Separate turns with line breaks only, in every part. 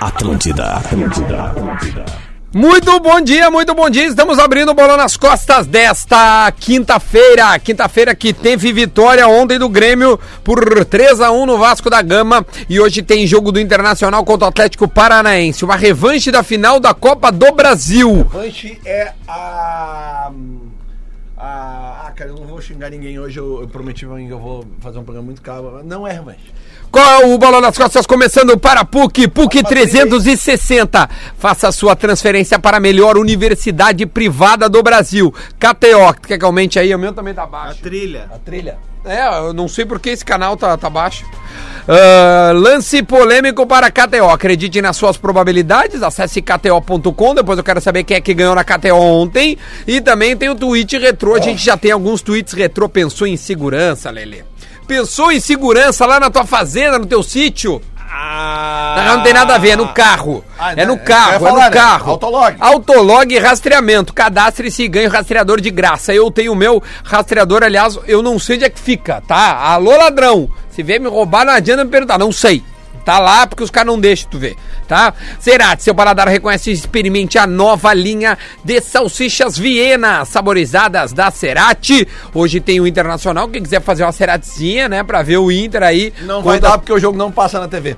Atlântida, Atlântida, Atlântida.
Muito bom dia, muito bom dia. Estamos abrindo o Bola nas Costas desta quinta-feira. Quinta-feira que teve vitória ontem do Grêmio por 3 a 1 no Vasco da Gama. E hoje tem jogo do Internacional contra o Atlético Paranaense. Uma revanche da final da Copa do Brasil.
Punch é a. a- Ah, cara, eu não vou xingar ninguém hoje. Eu, eu prometi pra mim que eu vou fazer um programa muito calmo. Não é revanche.
Qual o Bola nas Costas começando para a PUC, PUC 360. Faça sua transferência para a melhor universidade privada do Brasil. KTO, quer que aumente aí? O meu também tá baixo.
Trilha.
A trilha.
É, eu não sei por que esse canal tá, tá baixo. Ah, lance polêmico para KTO. Acredite nas suas probabilidades. Acesse KTO.com. Depois eu quero saber quem é que ganhou na KTO ontem. E também tem o tweet retrô. A gente já tem alguns tweets retrô. Pensou em segurança, Lelê? Pensou em segurança lá na tua fazenda, no teu sítio? Não, não tem nada a ver, é no carro.
Ah,
é no
né, eu
carro,
ia
é
falar,
no
né?
carro.
Autolog.
Autolog e rastreamento. Cadastre-se e ganhe o rastreador de graça. Eu tenho o meu rastreador, aliás, eu não sei onde é que fica, tá? Alô, ladrão. Se vier me roubar, não adianta me perguntar, não sei. Tá lá porque os caras não deixam tu ver, tá? Será que seu paladar reconhece e experimente a nova linha de salsichas Viena, saborizadas da Cerati. Hoje tem o Internacional, quem quiser fazer uma Ceratizinha, né, pra ver o Inter aí.
Não vai
Conta-
dar porque o jogo não passa na TV.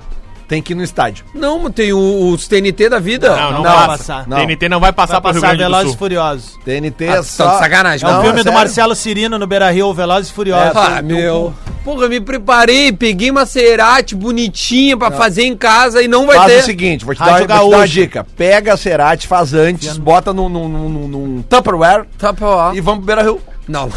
Tem que ir no estádio.
Não, mas tem o- os TNT da vida.
Não, não,
Não,
vai
passa.
passar.
Não.
TNT não vai passar
Vai
para o Rio
passar
Grande do
Velozes e
Sul.
Furiosos.
TNT
Ah,
é
tá de
só.
sacanagem.
É
Não,
o filme do
sério. É, tá
Marcelo Cirino no Beira Rio, Velozes e Furiosos.
Ah, meu. Porra, eu me preparei, peguei uma cerate bonitinha pra fazer em casa e não vai
Faz
ter.
o seguinte, vou te, dar,
Rádio
vou te dar uma
Gaúcho.
dica. Pega a Cerati, faz antes, bota num, num, num- num Tupperware
Tá pra lá.
e vamos pro Beira Rio.
Não.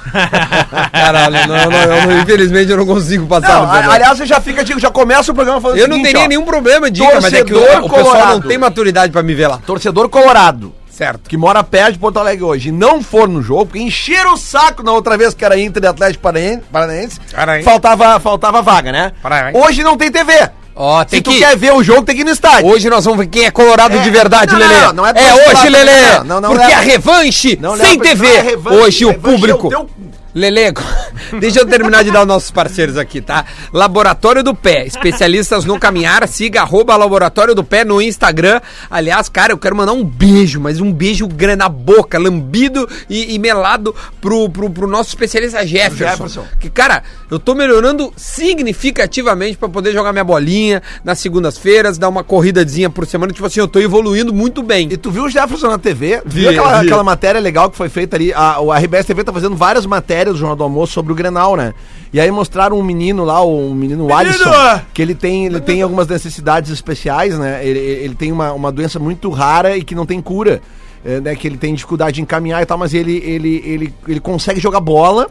Caralho, não, não, eu não- infelizmente eu não é consigo passar
Não,
no
a-
programa.
aliás, eu já fica, digo, já começa o programa falando
eu
o
não
seguinte,
teria
ó.
nenhum problema de ir, mas é que o,
Torcedor
o pessoal não
colorado.
tem maturidade pra me ver lá.
Torcedor colorado.
Certo.
que mora perto de Porto Alegre hoje e não for no jogo, porque encheram o saco na outra vez que era Inter e Atlético Paranaen- Paranaense,
Paranaense.
faltava, faltava vaga, né?
Paranaense.
Hoje não tem TV.
Ó, tem
Se tu
que-
quer ver o jogo, tem que ir no estádio.
Hoje nós vamos ver quem é colorado
É,
de verdade,
não,
Lelê.
não, não é
é
pra-
hoje, Lelê.
Não, não, não
porque
leva-
a revanche
não
sem
leva-
TV.
não é revanche,
hoje o
revanche é o
público.
teu cu.
Lelê, deixa eu terminar de dar os nossos parceiros aqui, tá? Laboratório do Pé, especialistas no caminhar, siga arroba Laboratório do Pé no Instagram. Aliás, cara, eu quero mandar um beijo, mas um beijo grande na boca, lambido e, e melado pro, pro, pro nosso especialista Jefferson.
Jefferson.
Que, cara, eu tô melhorando significativamente pra poder jogar minha bolinha nas segundas-feiras, dar uma corridazinha por semana. Tipo assim, eu tô evoluindo muito bem.
E tu viu o Jefferson na TV?
Vi,
viu aquela,
vi.
aquela matéria legal que foi feita ali? A, o RBS TV tá fazendo várias matérias do Jornal do Almoço sobre o Grenal, né? E aí mostraram um menino lá, um menino, Alisson, que ele tem, ele tem algumas necessidades especiais, né? Ele, ele tem uma, uma doença muito rara e que não tem cura. é, Né, que ele tem dificuldade em caminhar e tal, mas ele, ele, ele, ele consegue jogar bola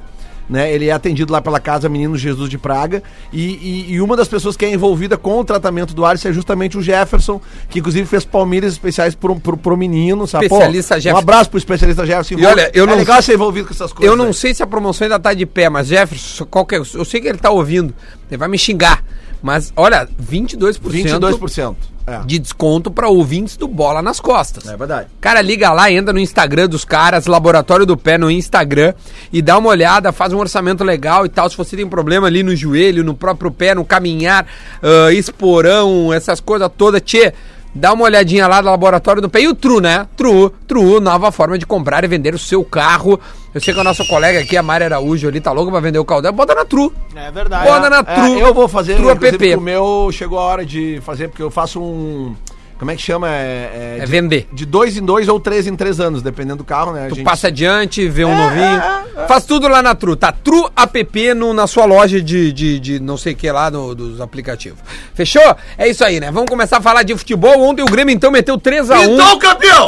né? Ele é atendido lá pela casa Menino Jesus de Praga. E, e- e uma das pessoas que é envolvida com o tratamento do Alisson é justamente o Jefferson, que inclusive fez palmeiras especiais pro, pro, pro menino, sabe? Pô,
Especialista Jefferson.
Um abraço pro especialista Jefferson.
E olha, eu
é
não-
legal ser envolvido com essas coisas.
Eu não
né?
sei se a promoção ainda tá de pé, mas Jefferson, qual que é? eu sei que ele tá ouvindo, ele vai me xingar. Mas olha, 22%,
22%. É.
de desconto para ouvintes do Bola nas Costas.
É verdade.
Cara, liga lá, entra no Instagram dos caras, Laboratório do Pé no Instagram, e dá uma olhada, faz um orçamento legal e tal. Se você tem problema ali no joelho, no próprio pé, no caminhar, ah, esporão, essas coisas todas, tchê. Dá uma olhadinha lá do Laboratório do Pé. E o Tru, né? Tru, Tru, nova forma de comprar e vender o seu carro. Eu sei que a nossa colega aqui, a Mari Araújo, ali, tá louca pra vender o carro dela. Bota na Tru.
É verdade.
Bota na
É,
Tru.
eu vou fazer,
Tru
inclusive, que
app.
o meu chegou a hora de fazer, porque eu faço um... Como é que chama? É,
É
de,
vender.
De dois em dois ou três em três anos, dependendo do carro, né? A
Tu
gente- É,
passa adiante, vê um novinho. Faz tudo lá na Tru. Tá Tru App no, na sua loja de, de, de não sei o que lá no- dos aplicativos. Fechou? É isso aí, né? Vamos começar a falar de futebol. Ontem o Grêmio então meteu 3x1.
campeão!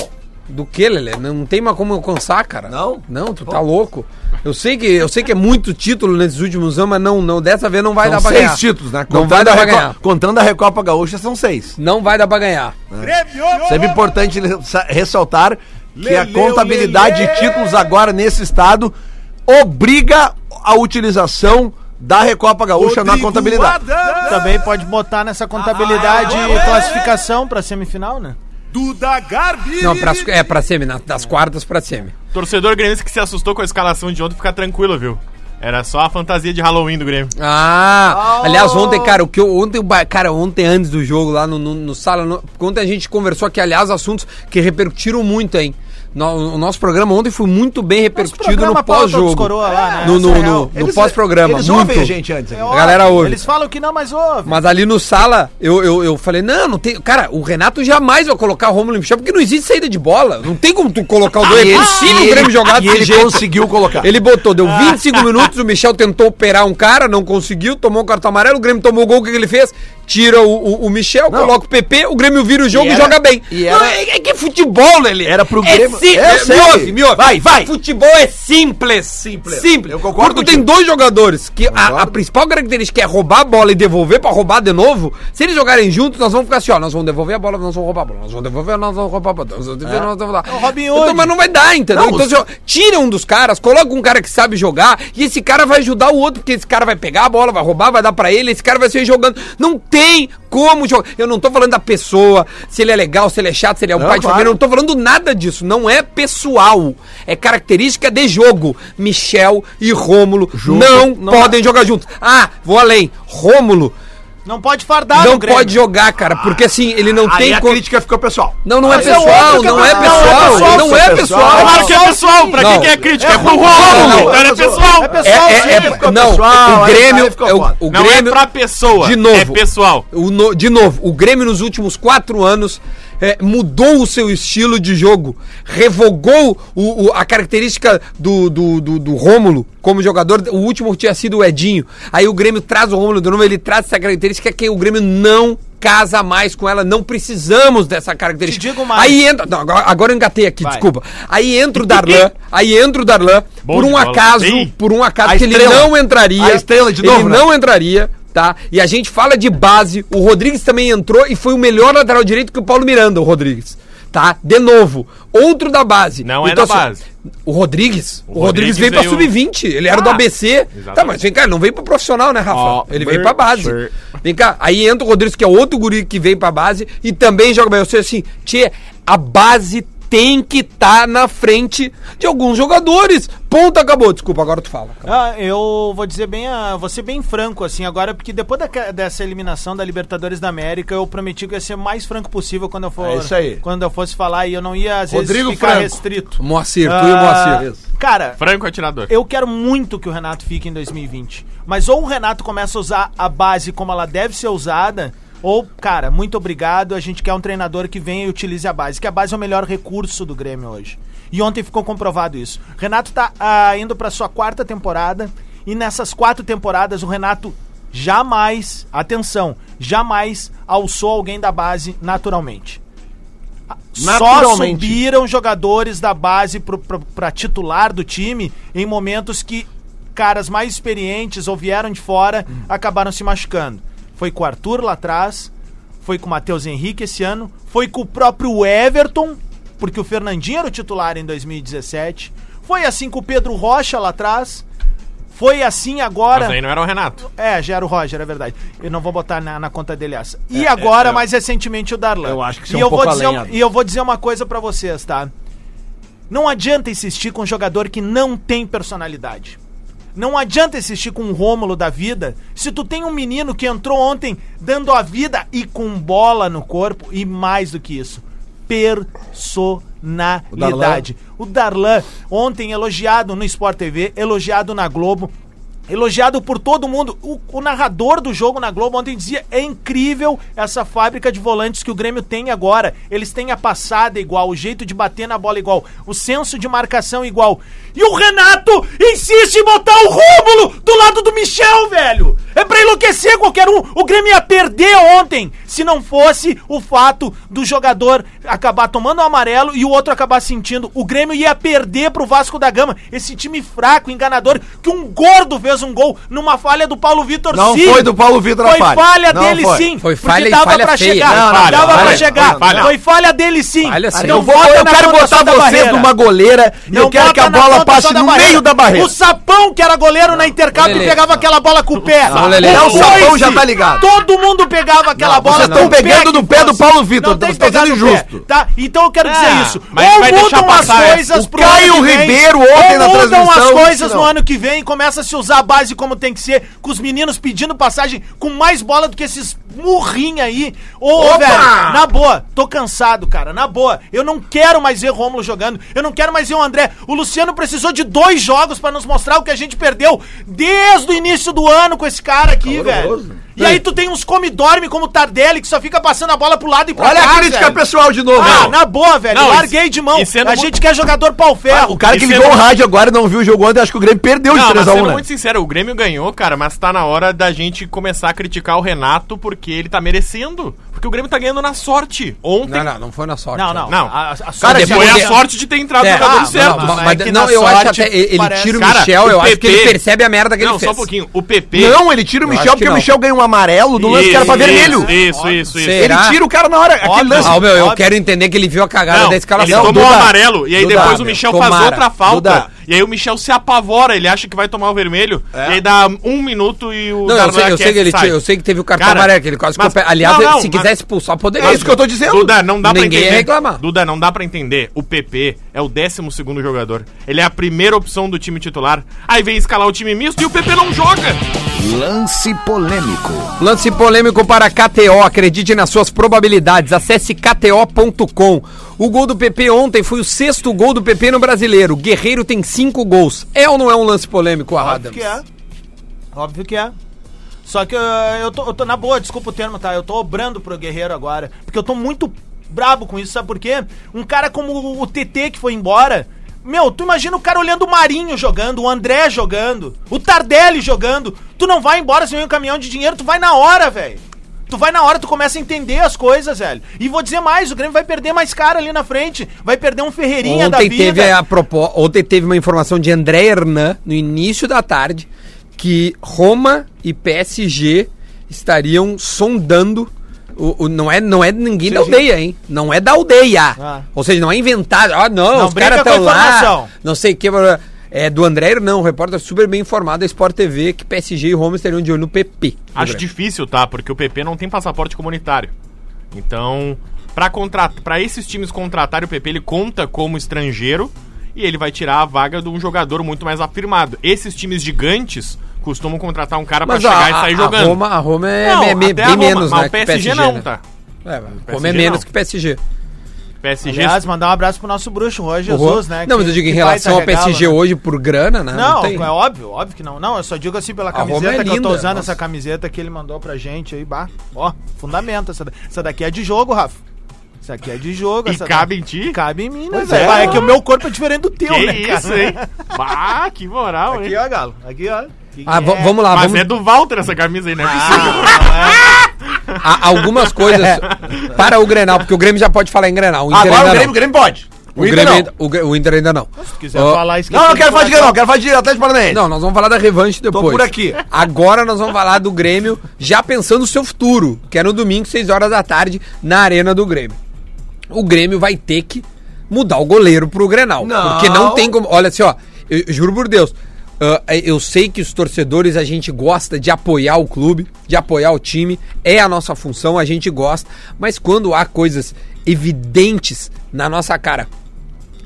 Do que, Lelê? Não tem mais como alcançar, cara.
Não?
Não, tu tá louco. Eu sei que, eu sei que é muito título nesses últimos anos, mas não, não, dessa vez não vai dar
São
pra
seis
ganhar.
títulos, né?
Não vai
a
dar pra
Reco-
ganhar.
contando a Recopa Gaúcha, são seis.
Não vai dar pra ganhar.
Sempre importante ressa- ressaltar que a
Leleu,
contabilidade de títulos agora nesse estado obriga a utilização da Recopa Gaúcha na contabilidade.
Também pode botar nessa contabilidade classificação pra semifinal, né?
Não, pra, é pra semi, na- das quartas pra semi.
Torcedor gremista que se assustou com a escalação de ontem, fica tranquilo, viu? Era só a fantasia de Halloween do Grêmio.
Ah,
Oh.
aliás, ontem, cara, o que eu, ontem, o Ba- cara, ontem antes do jogo lá no, no- no sala, no- porque ontem a gente conversou aqui, aliás, assuntos que repercutiram muito, hein? No- o nosso programa ontem foi muito bem repercutido
programa
no
pauta dos
pós-jogo.
coroa lá, né?
No, no,
Isso é
no-
real.
no pós-programa.
Eles
muito.
ouvem a gente antes.
É
aqui.
óbvio.
galera ouve.
Eles falam que não, mas ouve.
Mas ali no sala, eu, eu, eu falei, não, não tem. Cara, o Renato jamais vai colocar o Romulo em chão, porque não existe saída de bola. Não tem como tu colocar o dois. É possível o Grêmio jogar
Ah, e ele conseguiu colocar.
Ele botou, deu
Ah.
25 minutos, o Michel tentou operar um cara, não conseguiu, tomou um cartão amarelo, o Grêmio tomou o gol, o que que ele fez? Tira o, o- o Michel, coloca o PP, o Grêmio vira o jogo e,
era-
joga bem.
e era-
Não, é, é que é futebol, Lelê.
Era pro Grêmio-
É si...
Eu sei.
me ouve, me ouve.
Vai, vai.
Futebol é simples. Simples. Simples.
Eu concordo
Quando tu tem
contigo.
dois jogadores que a, a
Concordo.
principal característica é roubar a bola e devolver pra roubar de novo, se eles jogarem juntos, nós vamos ficar assim, ó, nós vamos devolver a bola, nós vamos roubar a bola, nós vamos devolver, nós vamos roubar a bola, nós vamos devolver,
É.
nós vamos roubar.
É o Robin
então,
Hood.
mas não vai dar, entendeu?
Não,
então,
os-
se eu- tira um dos caras, coloca um cara que sabe jogar e esse cara vai ajudar o outro, porque esse cara vai pegar a bola, vai roubar, vai dar pra ele, esse cara vai sair jogando. Não tem como jogar. Eu não tô falando da pessoa, se ele é legal, se ele é chato, se ele é um
Não,
pai de
claro.
família, eu não tô falando nada disso, não é pessoal, é característica de jogo. Michel e Rômulo não,
não
podem jogar juntos. Ah, vou além. Rômulo
Não pode
Ah,
fardar
não
no Grêmio.
pode jogar, cara, porque assim, ele não
Aí
tem
a
co-
crítica ficou pessoal.
Não, não é
Mas é outro
pessoal,
que é
não é
pessoal,
pessoal,
pessoal,
não é
pessoal.
pessoal.
Claro que é pessoal, pra
Não.
quem que é crítica? É pro
não, não.
Rômulo, então é
É
pessoal.
É,
pessoal,
é, é,
sim.
ficou
não,
pessoal,
o
aí-
Grêmio,
aí ficou
é o,
foda.
o
Não é
Grêmio,
pra pessoa,
de novo.
é pessoal.
o no- de novo, o Grêmio nos últimos quatro anos é, mudou o seu estilo de jogo, revogou o- o- a característica do, do, do- do Rômulo como jogador. O último tinha sido o Edinho. Aí o Grêmio traz o Rômulo de novo, ele traz essa característica que o Grêmio não casa mais com ela, não precisamos dessa característica.
Te digo mais.
Aí entra, não, agora, agora eu engatei aqui,
Vai.
desculpa. Aí entra o Darlan, aí entra o Darlan,
Bom
por
de
um
bola.
acaso,
Sim.
por um acaso
A
que ele
estrela.
não entraria.
A estrela de novo,
Ele
né?
não entraria, tá? E a gente fala de base, o Rodrigues também entrou e foi o melhor lateral direito que o Paulo Miranda, o Rodrigues. Tá? De novo, outro da base. Então, assim,
Não é da base.
O Rodrigues, o,
Rodrigues
Rodrigues, veio pra
veio-
sub-20, ele era do ABC.
exatamente.
Tá, mas vem cá, ele não veio pro profissional, né, Rafa?
Ah, Ó,
ele veio pra base.
sure.
Vem cá, aí entra o Rodrigues, que é outro guri que vem pra base e também joga bem. Eu sei assim, tchê, a base tem que estar na frente de alguns jogadores. Ponto, acabou. Desculpa, agora tu fala.
Ah, eu vou dizer bem, a, vou ser bem franco assim agora, porque depois daque- dessa eliminação da Libertadores da América, eu prometi que ia ser o mais franco possível quando eu for,
É isso aí.
quando eu fosse falar e eu não ia às vezes
Rodrigo
ficar
Franco.
restrito.
Moacir, tu e o
Ah,
Moacir.
cara,
Franco é atirador.
eu quero muito que o Renato fique em 2020, mas ou o Renato começa a usar a base como ela deve ser usada, ou, cara, muito obrigado, a gente quer um treinador que venha e utilize a base, que a base é o melhor recurso do Grêmio hoje. E ontem ficou comprovado isso. O Renato tá ah, indo pra sua quarta temporada, e nessas quatro temporadas o Renato jamais, atenção, jamais alçou alguém da base naturalmente. Só
Naturalmente.
subiram jogadores da base pro, pro, pra titular do time em momentos que caras mais experientes ou vieram de fora acabaram se machucando. Foi com o Arthur lá atrás, foi com o Matheus Henrique esse ano, foi com o próprio Everton, porque o Fernandinho era o titular em 2017. Foi assim com o Pedro Rocha lá atrás. Foi assim agora.
Mas aí não era o Renato.
É, já era o Roger, é verdade. Eu não vou botar na, na conta dele essa. E agora,
é.
mais recentemente, o Darlan.
Eu acho que isso
e
é um
eu
pouco
vou dizer
além,
um-
Adam.
E eu vou dizer uma coisa pra vocês, tá? Não adianta insistir com um jogador que não tem personalidade. Não adianta insistir com um Rômulo da vida se tu tem um menino que entrou ontem dando a vida e com bola no corpo e mais do que isso, personalidade. O Darlan, ontem elogiado no Sport TV, elogiado na Globo, elogiado por todo mundo. O, o narrador do jogo na Globo ontem dizia: é incrível essa fábrica de volantes que o Grêmio tem agora. Eles têm a passada igual, o jeito de bater na bola igual, o senso de marcação igual. E o Renato insiste em botar o Rômulo do lado do Michel, velho! É pra enlouquecer qualquer um! O Grêmio ia perder ontem se não fosse o fato do jogador acabar tomando o amarelo e o outro acabar sentindo. O Grêmio ia perder pro Vasco da Gama. Esse time fraco, enganador, que um gordo fez um gol numa falha do Paulo Vitor
Não foi do Paulo Vitor a
Foi
falha.
falha,
Não
dele
foi.
sim.
Foi
porque
falha e
dava
falha
pra
feia.
chegar.
Não,
não,
dava pra
falha,
chegar.
falha.
Foi falha dele sim.
Falha sim.
Então
eu, vou, eu
na
quero
conta
botar
só da
vocês
barreira.
numa goleira e eu
Não
quero
bota
que a
na
bola
conta
passe
só da
no
barreira.
meio da barreira.
O Sapão, que era goleiro na Intercap,
Lelê.
pegava aquela bola com o pé.
Não, Lelê.
É o
Depois,
sapão já tá ligado.
Todo mundo pegava aquela
Não,
bola.
vocês tão
do pé
pegando
que
do pé do
fosse.
Paulo Vitor,
Não tem que
vocês tão
pegar
sendo
do pé,
injusto.
Tá? Então eu quero dizer
Ah,
isso.
mas vai deixar
mudam as
passar essa.
coisas
O Caio
ano que vem,
Ribeiro ontem
ou
na
mudam as
transmissão
coisas
disse
no
não.
ano que vem e começa a se usar a base como tem que ser, com os meninos pedindo passagem com mais bola do que esses murrinha aí. Ô,
Opa!
velho, na boa, tô cansado, cara, na boa. Eu não quero mais ver Rômulo jogando, eu não quero mais ver o André. O Luciano precisou de dois jogos pra nos mostrar o que a gente perdeu desde o início do ano com esse cara aqui, velho. E aí tu tem uns come e dorme como o Tardelli que só fica passando a bola pro lado e pra
Olha
cá,
a crítica
Tá velho.
pessoal de novo.
Ah,
Não.
na boa, velho.
Não,
Larguei
e-
de mão.
e sendo
A
mu-
gente quer jogador pau-ferro.
Ah, O cara que
Isso é
ligou o
muito-
rádio agora e não viu o jogo ontem, acho que o Grêmio perdeu de
Não, mas
3x1.
sendo
né?
muito sincero, o Grêmio ganhou, cara, mas tá na hora da gente começar a criticar o Renato porque ele tá merecendo. Porque o Grêmio tá ganhando na sorte. Ontem.
Não, não, não foi na sorte.
Não, não.
Não. Tá
A, a, a
Cara,
Cara,
foi
de-
a sorte de ter entrado
É,
o jogador
ah,
certo.
Não,
mas
mas,
é que
tá
não
na
eu acho
sorte
até. Ele
parece-
tira o
Cara,
Michel,
o
eu acho que ele
PP
percebe a merda que ele
não,
fez.
só um pouquinho. O PP.
Não, ele tira o
Eu
Michel
acho
porque
que
o
não.
Michel ganha um amarelo do lance que era pra
Isso,
vermelho.
Isso, isso, isso.
Será?
Ele tira o cara na hora. Aquele lance.
Ah, meu, eu
Óbvio.
quero entender que ele viu a cagada
Não,
da
ele
escalação.
tomou o
Duda.
amarelo e aí
Duda,
depois o
meu,
Michel faz
tomara.
outra falta.
Duda.
E aí o Michel se apavora, ele acha que vai tomar o vermelho. E aí dá um minuto e o
É. Não, eu sei, eu sei que ele
sai.
tinha- eu sei que teve o cartão
é Cara,
amarelo, que ele quase
mas-
ficou pe- Aliás,
não,
ele-
não,
se
mas-
quisesse expulsar, poderia.
É isso que eu tô dizendo.
Duda, não dá
Ninguém
pra
ia
entender.
reclamar.
Duda, não dá pra entender. O PP é o 12 segundo jogador. Ele é a primeira opção do time titular. Aí vem escalar o time misto e o PP não joga.
Lance polêmico.
Lance polêmico para KTO. Acredite nas suas probabilidades. Acesse KTO.com. O gol do PP ontem foi o sexto gol do PP no brasileiro. Guerreiro tem cinco gols. É ou não é um lance polêmico,
Óbvio
Adams?
que é. Óbvio que é. Só que uh, eu tô, eu tô na boa, desculpa o termo, tá? Eu tô obrando pro Guerreiro agora. Porque eu tô muito brabo com isso, sabe por quê? Um cara como o- o TT que foi embora. Meu, tu imagina o cara olhando o Marinho jogando, o André jogando, o Tardelli jogando. Tu não vai embora sem um caminhão de dinheiro, tu vai na hora, velho. Tu vai na hora, tu começa a entender as coisas, velho. E vou dizer mais, o Grêmio vai perder mais cara ali na frente. Vai perder um Ferreirinha da
Ontem
vida.
teve, a propo... Ontem teve uma informação de André Hernan, no início da tarde, que Roma e PSG estariam sondando. O, o- não, é, não é ninguém da aldeia, hein? Não é da aldeia.
Ah.
Ou seja, não é inventado. Ah, não,
Não
os
brinca
caras
com a
estão lá.
informação.
Não sei o que. blá, blá. É do André Hernan, um repórter super bem informado da Sport TV, que PSG e Roma estariam de olho no PP.
Acho
Grêmio.
difícil, tá? Porque o PP não tem passaporte comunitário. Então, pra, contrat... pra esses times contratarem o PP, ele conta como estrangeiro e ele vai tirar a vaga de um jogador muito mais afirmado. Esses times gigantes costumam contratar um cara pra
Mas
chegar
a,
e
a,
sair
a
jogando.
Roma, a Roma é,
Não,
me- me-
até
bem
a Roma,
menos,
mas
né?
o
que o
PSG, não,
né?
tá?
É, a Roma é
PSG
menos
não.
que o PSG.
PSG
Aliás, mandar um abraço pro nosso bruxo, Juan Jesus, né?
Uhum. Não, mas eu digo em relação ao PSG
hoje.
hoje por grana, né?
Não,
tem.
é óbvio, óbvio que não. Não, eu só digo assim pela
A Roma
camiseta
é
que eu
linda,
tô usando,
nossa.
essa camiseta que ele mandou pra gente aí, bah. Ó, fundamenta. Essa, da- essa daqui é de jogo, Rafa. Isso aqui é de jogo.
E
essa
né?
cabe em
da-
ti?
Cabe em mim, né,
Pois
velho?
é.
Bah, É. que o meu corpo é diferente do
um
teu,
Que
né, cara?
isso, hein? bah, que moral,
Aqui,
hein?
ó, Galo. Aqui, ó. Que
Ah,
que
va-
é?
vamos lá,
Mas
vamos. Ah.
é do Walter essa camisa aí, né?
a- algumas coisas para o Grenal, porque o Grêmio já pode falar em Grenal. O Inter
Agora o
ainda
Grêmio,
não.
o Grêmio pode.
O
Inter
Grêmio
não.
ainda- o Gre- o Inter ainda não.
Se quiser
Ó,
falar isso
Não, não quero falar de Grêmio, não. Quero falar de Atlético Paranaense.
Não, nós vamos falar da revanche depois.
por aqui.
Agora nós vamos falar do Grêmio, já pensando no seu futuro, que é no domingo, 6 horas da tarde, na Arena do Grêmio. O Grêmio vai ter que mudar o goleiro pro Grenal.
Não.
Porque não tem como. Olha assim, ó, eu, eu juro por Deus. ah, eu sei que os torcedores a gente gosta de apoiar o clube, de apoiar o time, é a nossa função, a gente gosta, mas quando há coisas evidentes na nossa cara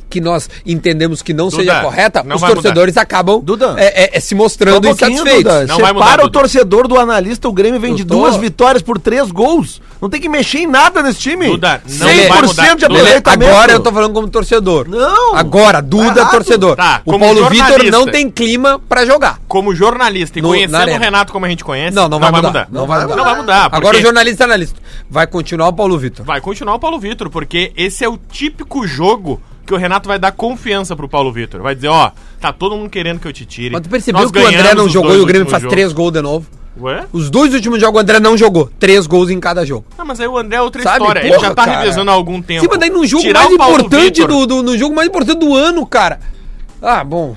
que nós entendemos que não seja correta,
não
os
vai mudar.
torcedores acabam
Duda.
é, é, é se
Só um
mostrando
pouquinho,
insatisfeitos.
Duda.
Não
Separa
vai mudar,
o
Duda.
torcedor do analista. O Grêmio vem
Eu
de
tô-
duas vitórias por três gols. Não tem que mexer em nada nesse time.
Duda, não
vai
100%
mudar.
de
Duda,
Lelê,
aproveitamento.
agora eu tô falando como torcedor.
Não.
Agora, Duda,
errado.
torcedor.
Tá,
o
como
Paulo
jornalista.
Vitor não tem clima pra jogar.
Como jornalista e
No- na
conhecendo
arena.
o Renato como a gente conhece,
Não, não, vai, mudar. Não vai mudar.
Não vai mudar.
Agora
porque
o jornalista analista. Vai continuar o Paulo Vitor.
Vai continuar o Paulo Vitor, porque esse é o típico jogo que o Renato vai dar confiança pro Paulo Vitor. Vai dizer, ó, tá todo mundo querendo que eu te tire.
Mas tu percebeu
Nós
que o André
ganhamos
não
os
jogou e
dois
o Grêmio
últimos
faz
jogos.
três gols de novo?
Ué?
Os dois últimos jogos o André não jogou. Três gols em cada jogo.
Ah, mas aí o André é outra
Sabe,
história. Ele
porra,
já tá
cara.
revezando há algum tempo.
Sim, mas daí num jogo
Tirar
mais
o Paulo
importante
Vitor-
do, do- no jogo mais importante do ano, cara. Ah, bom.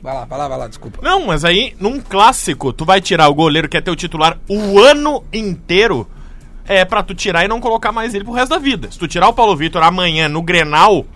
Vai lá, vai lá, vai lá, desculpa.
Não, mas aí, num clássico, tu vai tirar o goleiro que é teu titular o ano inteiro. É pra tu tirar e não colocar mais ele pro resto da vida. Se tu tirar o Paulo Vitor amanhã no Grenal,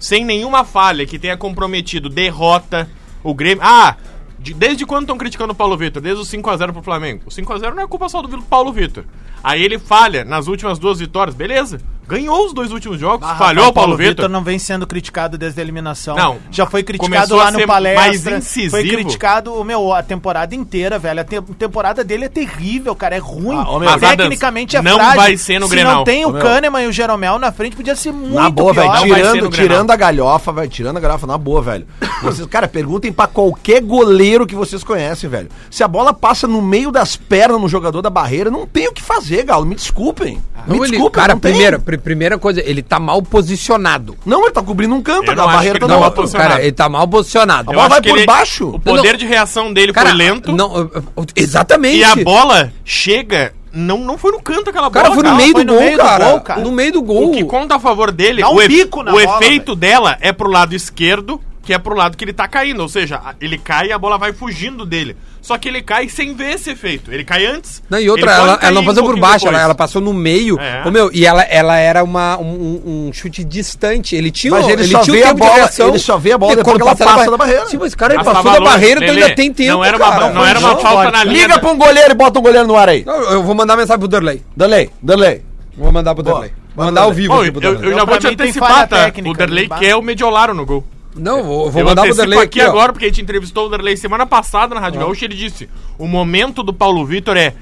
sem nenhuma falha que tenha comprometido derrota, o Grêmio. Ah! de- desde quando estão criticando o Paulo Vitor? Desde o 5x0 pro Flamengo. O 5x0 não é culpa só do Paulo Vitor. Aí ele falha nas últimas duas vitórias, beleza. Ganhou os dois últimos jogos, falhou o Paulo, Vitor.
não vem sendo criticado desde a eliminação.
Não.
Já foi criticado
Começou
lá
a
no
ser
palestra.
mais incisivo.
Foi criticado, meu, a temporada inteira, velho. A te- temporada dele é terrível, cara. É ruim.
Ah, ô, meu,
Mas
Adams,
tecnicamente é
não
frágil.
vai ser no
Se
Grenal.
não tem o
Ô, meu.
Kahneman e o Jeromel na frente, podia ser muito
na boa, velho.
pior.
vai ser
Tirando,
no Grenal.
tirando a galhofa, velho. Tirando a galhofa, na boa, velho. Vocês, cara, perguntem pra qualquer goleiro que vocês conhecem, velho. Se a bola passa no meio das pernas no jogador da barreira, não tem o que fazer, Galo. Me desculpem.
Ah,
Ah,
Não,
Me
ele-
desculpem,
cara,
não tem.
primeira, pri- primeira coisa, ele tá mal posicionado.
Não, ele tá cobrindo um canto,
Eu
a
não acho
barreira
que
tá
ele
no
tá
outro.
mal
Cara, ele tá mal posicionado.
A bola
acho
vai
que
por baixo.
O poder
Não.
de reação dele
Cara,
foi lento.
Não, eu- eu- exatamente.
E a bola chega, não, não foi no canto aquela
O cara
bola.
foi no
cara.
meio
foi
do
no
gol,
meio do
cara.
gol, cara.
No meio do gol.
O que conta a favor dele,
Dá um
o, ef-
bico na
o
bola,
efeito dela é pro lado esquerdo, que é pro lado que ele tá caindo. Ou seja, a- ele cai e a bola vai fugindo dele. Só que ele cai sem ver esse efeito. Ele cai antes.
Não, e outra,
ele pode
ela,
cair
ela não
um
passou por
pouquinho
baixo, ela,
depois.
ela passou no meio.
É.
Ô, meu, e ela, ela era uma, um, um chute distante. Ele tinha,
Mas
um-
ele só
tinha um
vê a
tempo
bola-
de reação.
ele só vê a bola
de
depois
quando
que ela
passar
passa
da
da
barreira.
barreira.
Sim, mas cara, ele
Passa
passou da
valor,
barreira, então
Lelê.
ainda tem tempo,
Não era uma,
cara.
não era uma
Foi
falta
fora.
na linha.
Liga
da-
pra um goleiro e bota um goleiro no ar aí.
Não, Eu vou mandar mensagem pro Derlei.
Danley, Danley.
Vou mandar pro
Boa.
Derlei. Vou mandar ao vivo
Bom,
aqui
eu,
pro
eu
Derlei.
já
pra
vou te
mim tem falha
antecipar, tá?
técnica,
O Derlei
né?
quer o Mediolaro no gol.
Não, vou, vou
eu
mandar pro
antecipo
Derlei
aqui,
aqui, ó.
agora, porque a gente entrevistou o Derlei semana passada na Rádio Gaúcha e ele disse: o momento do Paulo Vitor é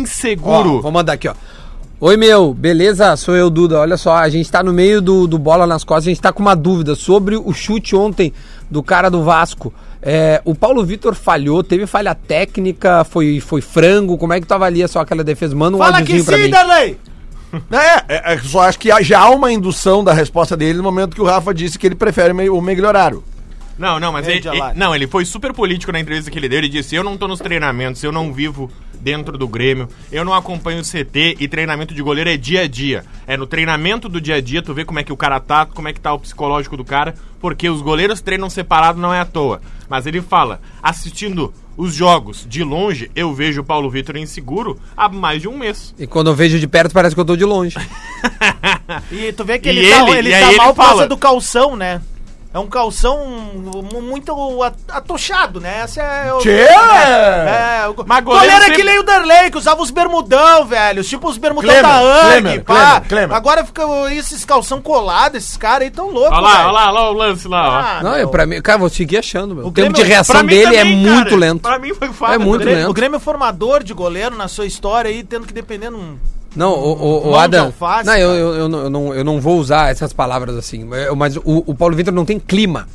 inseguro.
Ó, vou mandar aqui, ó. Oi, meu, beleza? Sou eu, Duda. Olha só, a gente tá no meio do, do bola nas costas, a gente tá com uma dúvida sobre o chute ontem do cara do Vasco. É, o Paulo Vitor falhou, teve falha técnica, foi, foi frango. Como é que tu avalia só aquela defesa? Manda um
Fala que
áudiozinho pra
sim,
mim.
Darley!
É, é, é, só acho que há- já há uma indução da resposta dele no momento que o Rafa disse que ele prefere meio- o meio horário.
Não, não, mas
Meio
ele,
de alarme.
ele- não, ele foi super político na entrevista que ele deu. Ele disse: Eu não tô nos treinamentos, eu não vivo dentro do Grêmio, eu não acompanho o CT e treinamento de goleiro é dia a dia. É no treinamento do dia a dia, tu vê como é que o cara tá, como é que tá o psicológico do cara, porque os goleiros treinam separado não é à toa. Mas ele fala: assistindo os jogos de longe, eu vejo o Paulo Vitor inseguro há mais de um mês.
E quando eu vejo de perto, parece que eu tô de longe.
E tu vê que
E
ele, tá,
ele-
ele
e
tá
aí ele
mal por causa
fala.
do calção, né? É um calção mu- muito a- atochado, né? Essa é o.
Tchê!
É, o go-
Mas
goleiro,
goleiro
é
sempre-
que nem o Derlei, que usava os bermudão, velho. Tipo os bermudão
Klemer,
da ANG,
Klemer,
pá.
Klemer, Klemer.
Agora fica o- esses calção colado, esses caras aí tão loucos,
Olha lá, olha lá, olha lá o lance lá, ó.
Ah,
não, é
meu.
pra mim. Cara, vou seguir achando, meu. O, tempo
Grêmio-
de reação
Pra mim
dele é
também, cara,
muito lento.
Pra mim foi fácil.
É muito
O Grêmio-
lento.
O Grêmio é formador de goleiro na sua história aí, tendo que depender num.
Não, o, o, o
Mão de
Adam.
alface,
não, eu,
cara.
eu, eu não- eu não, eu não vou usar essas palavras assim. eu- Mas o, o Paulo Vitor não tem clima.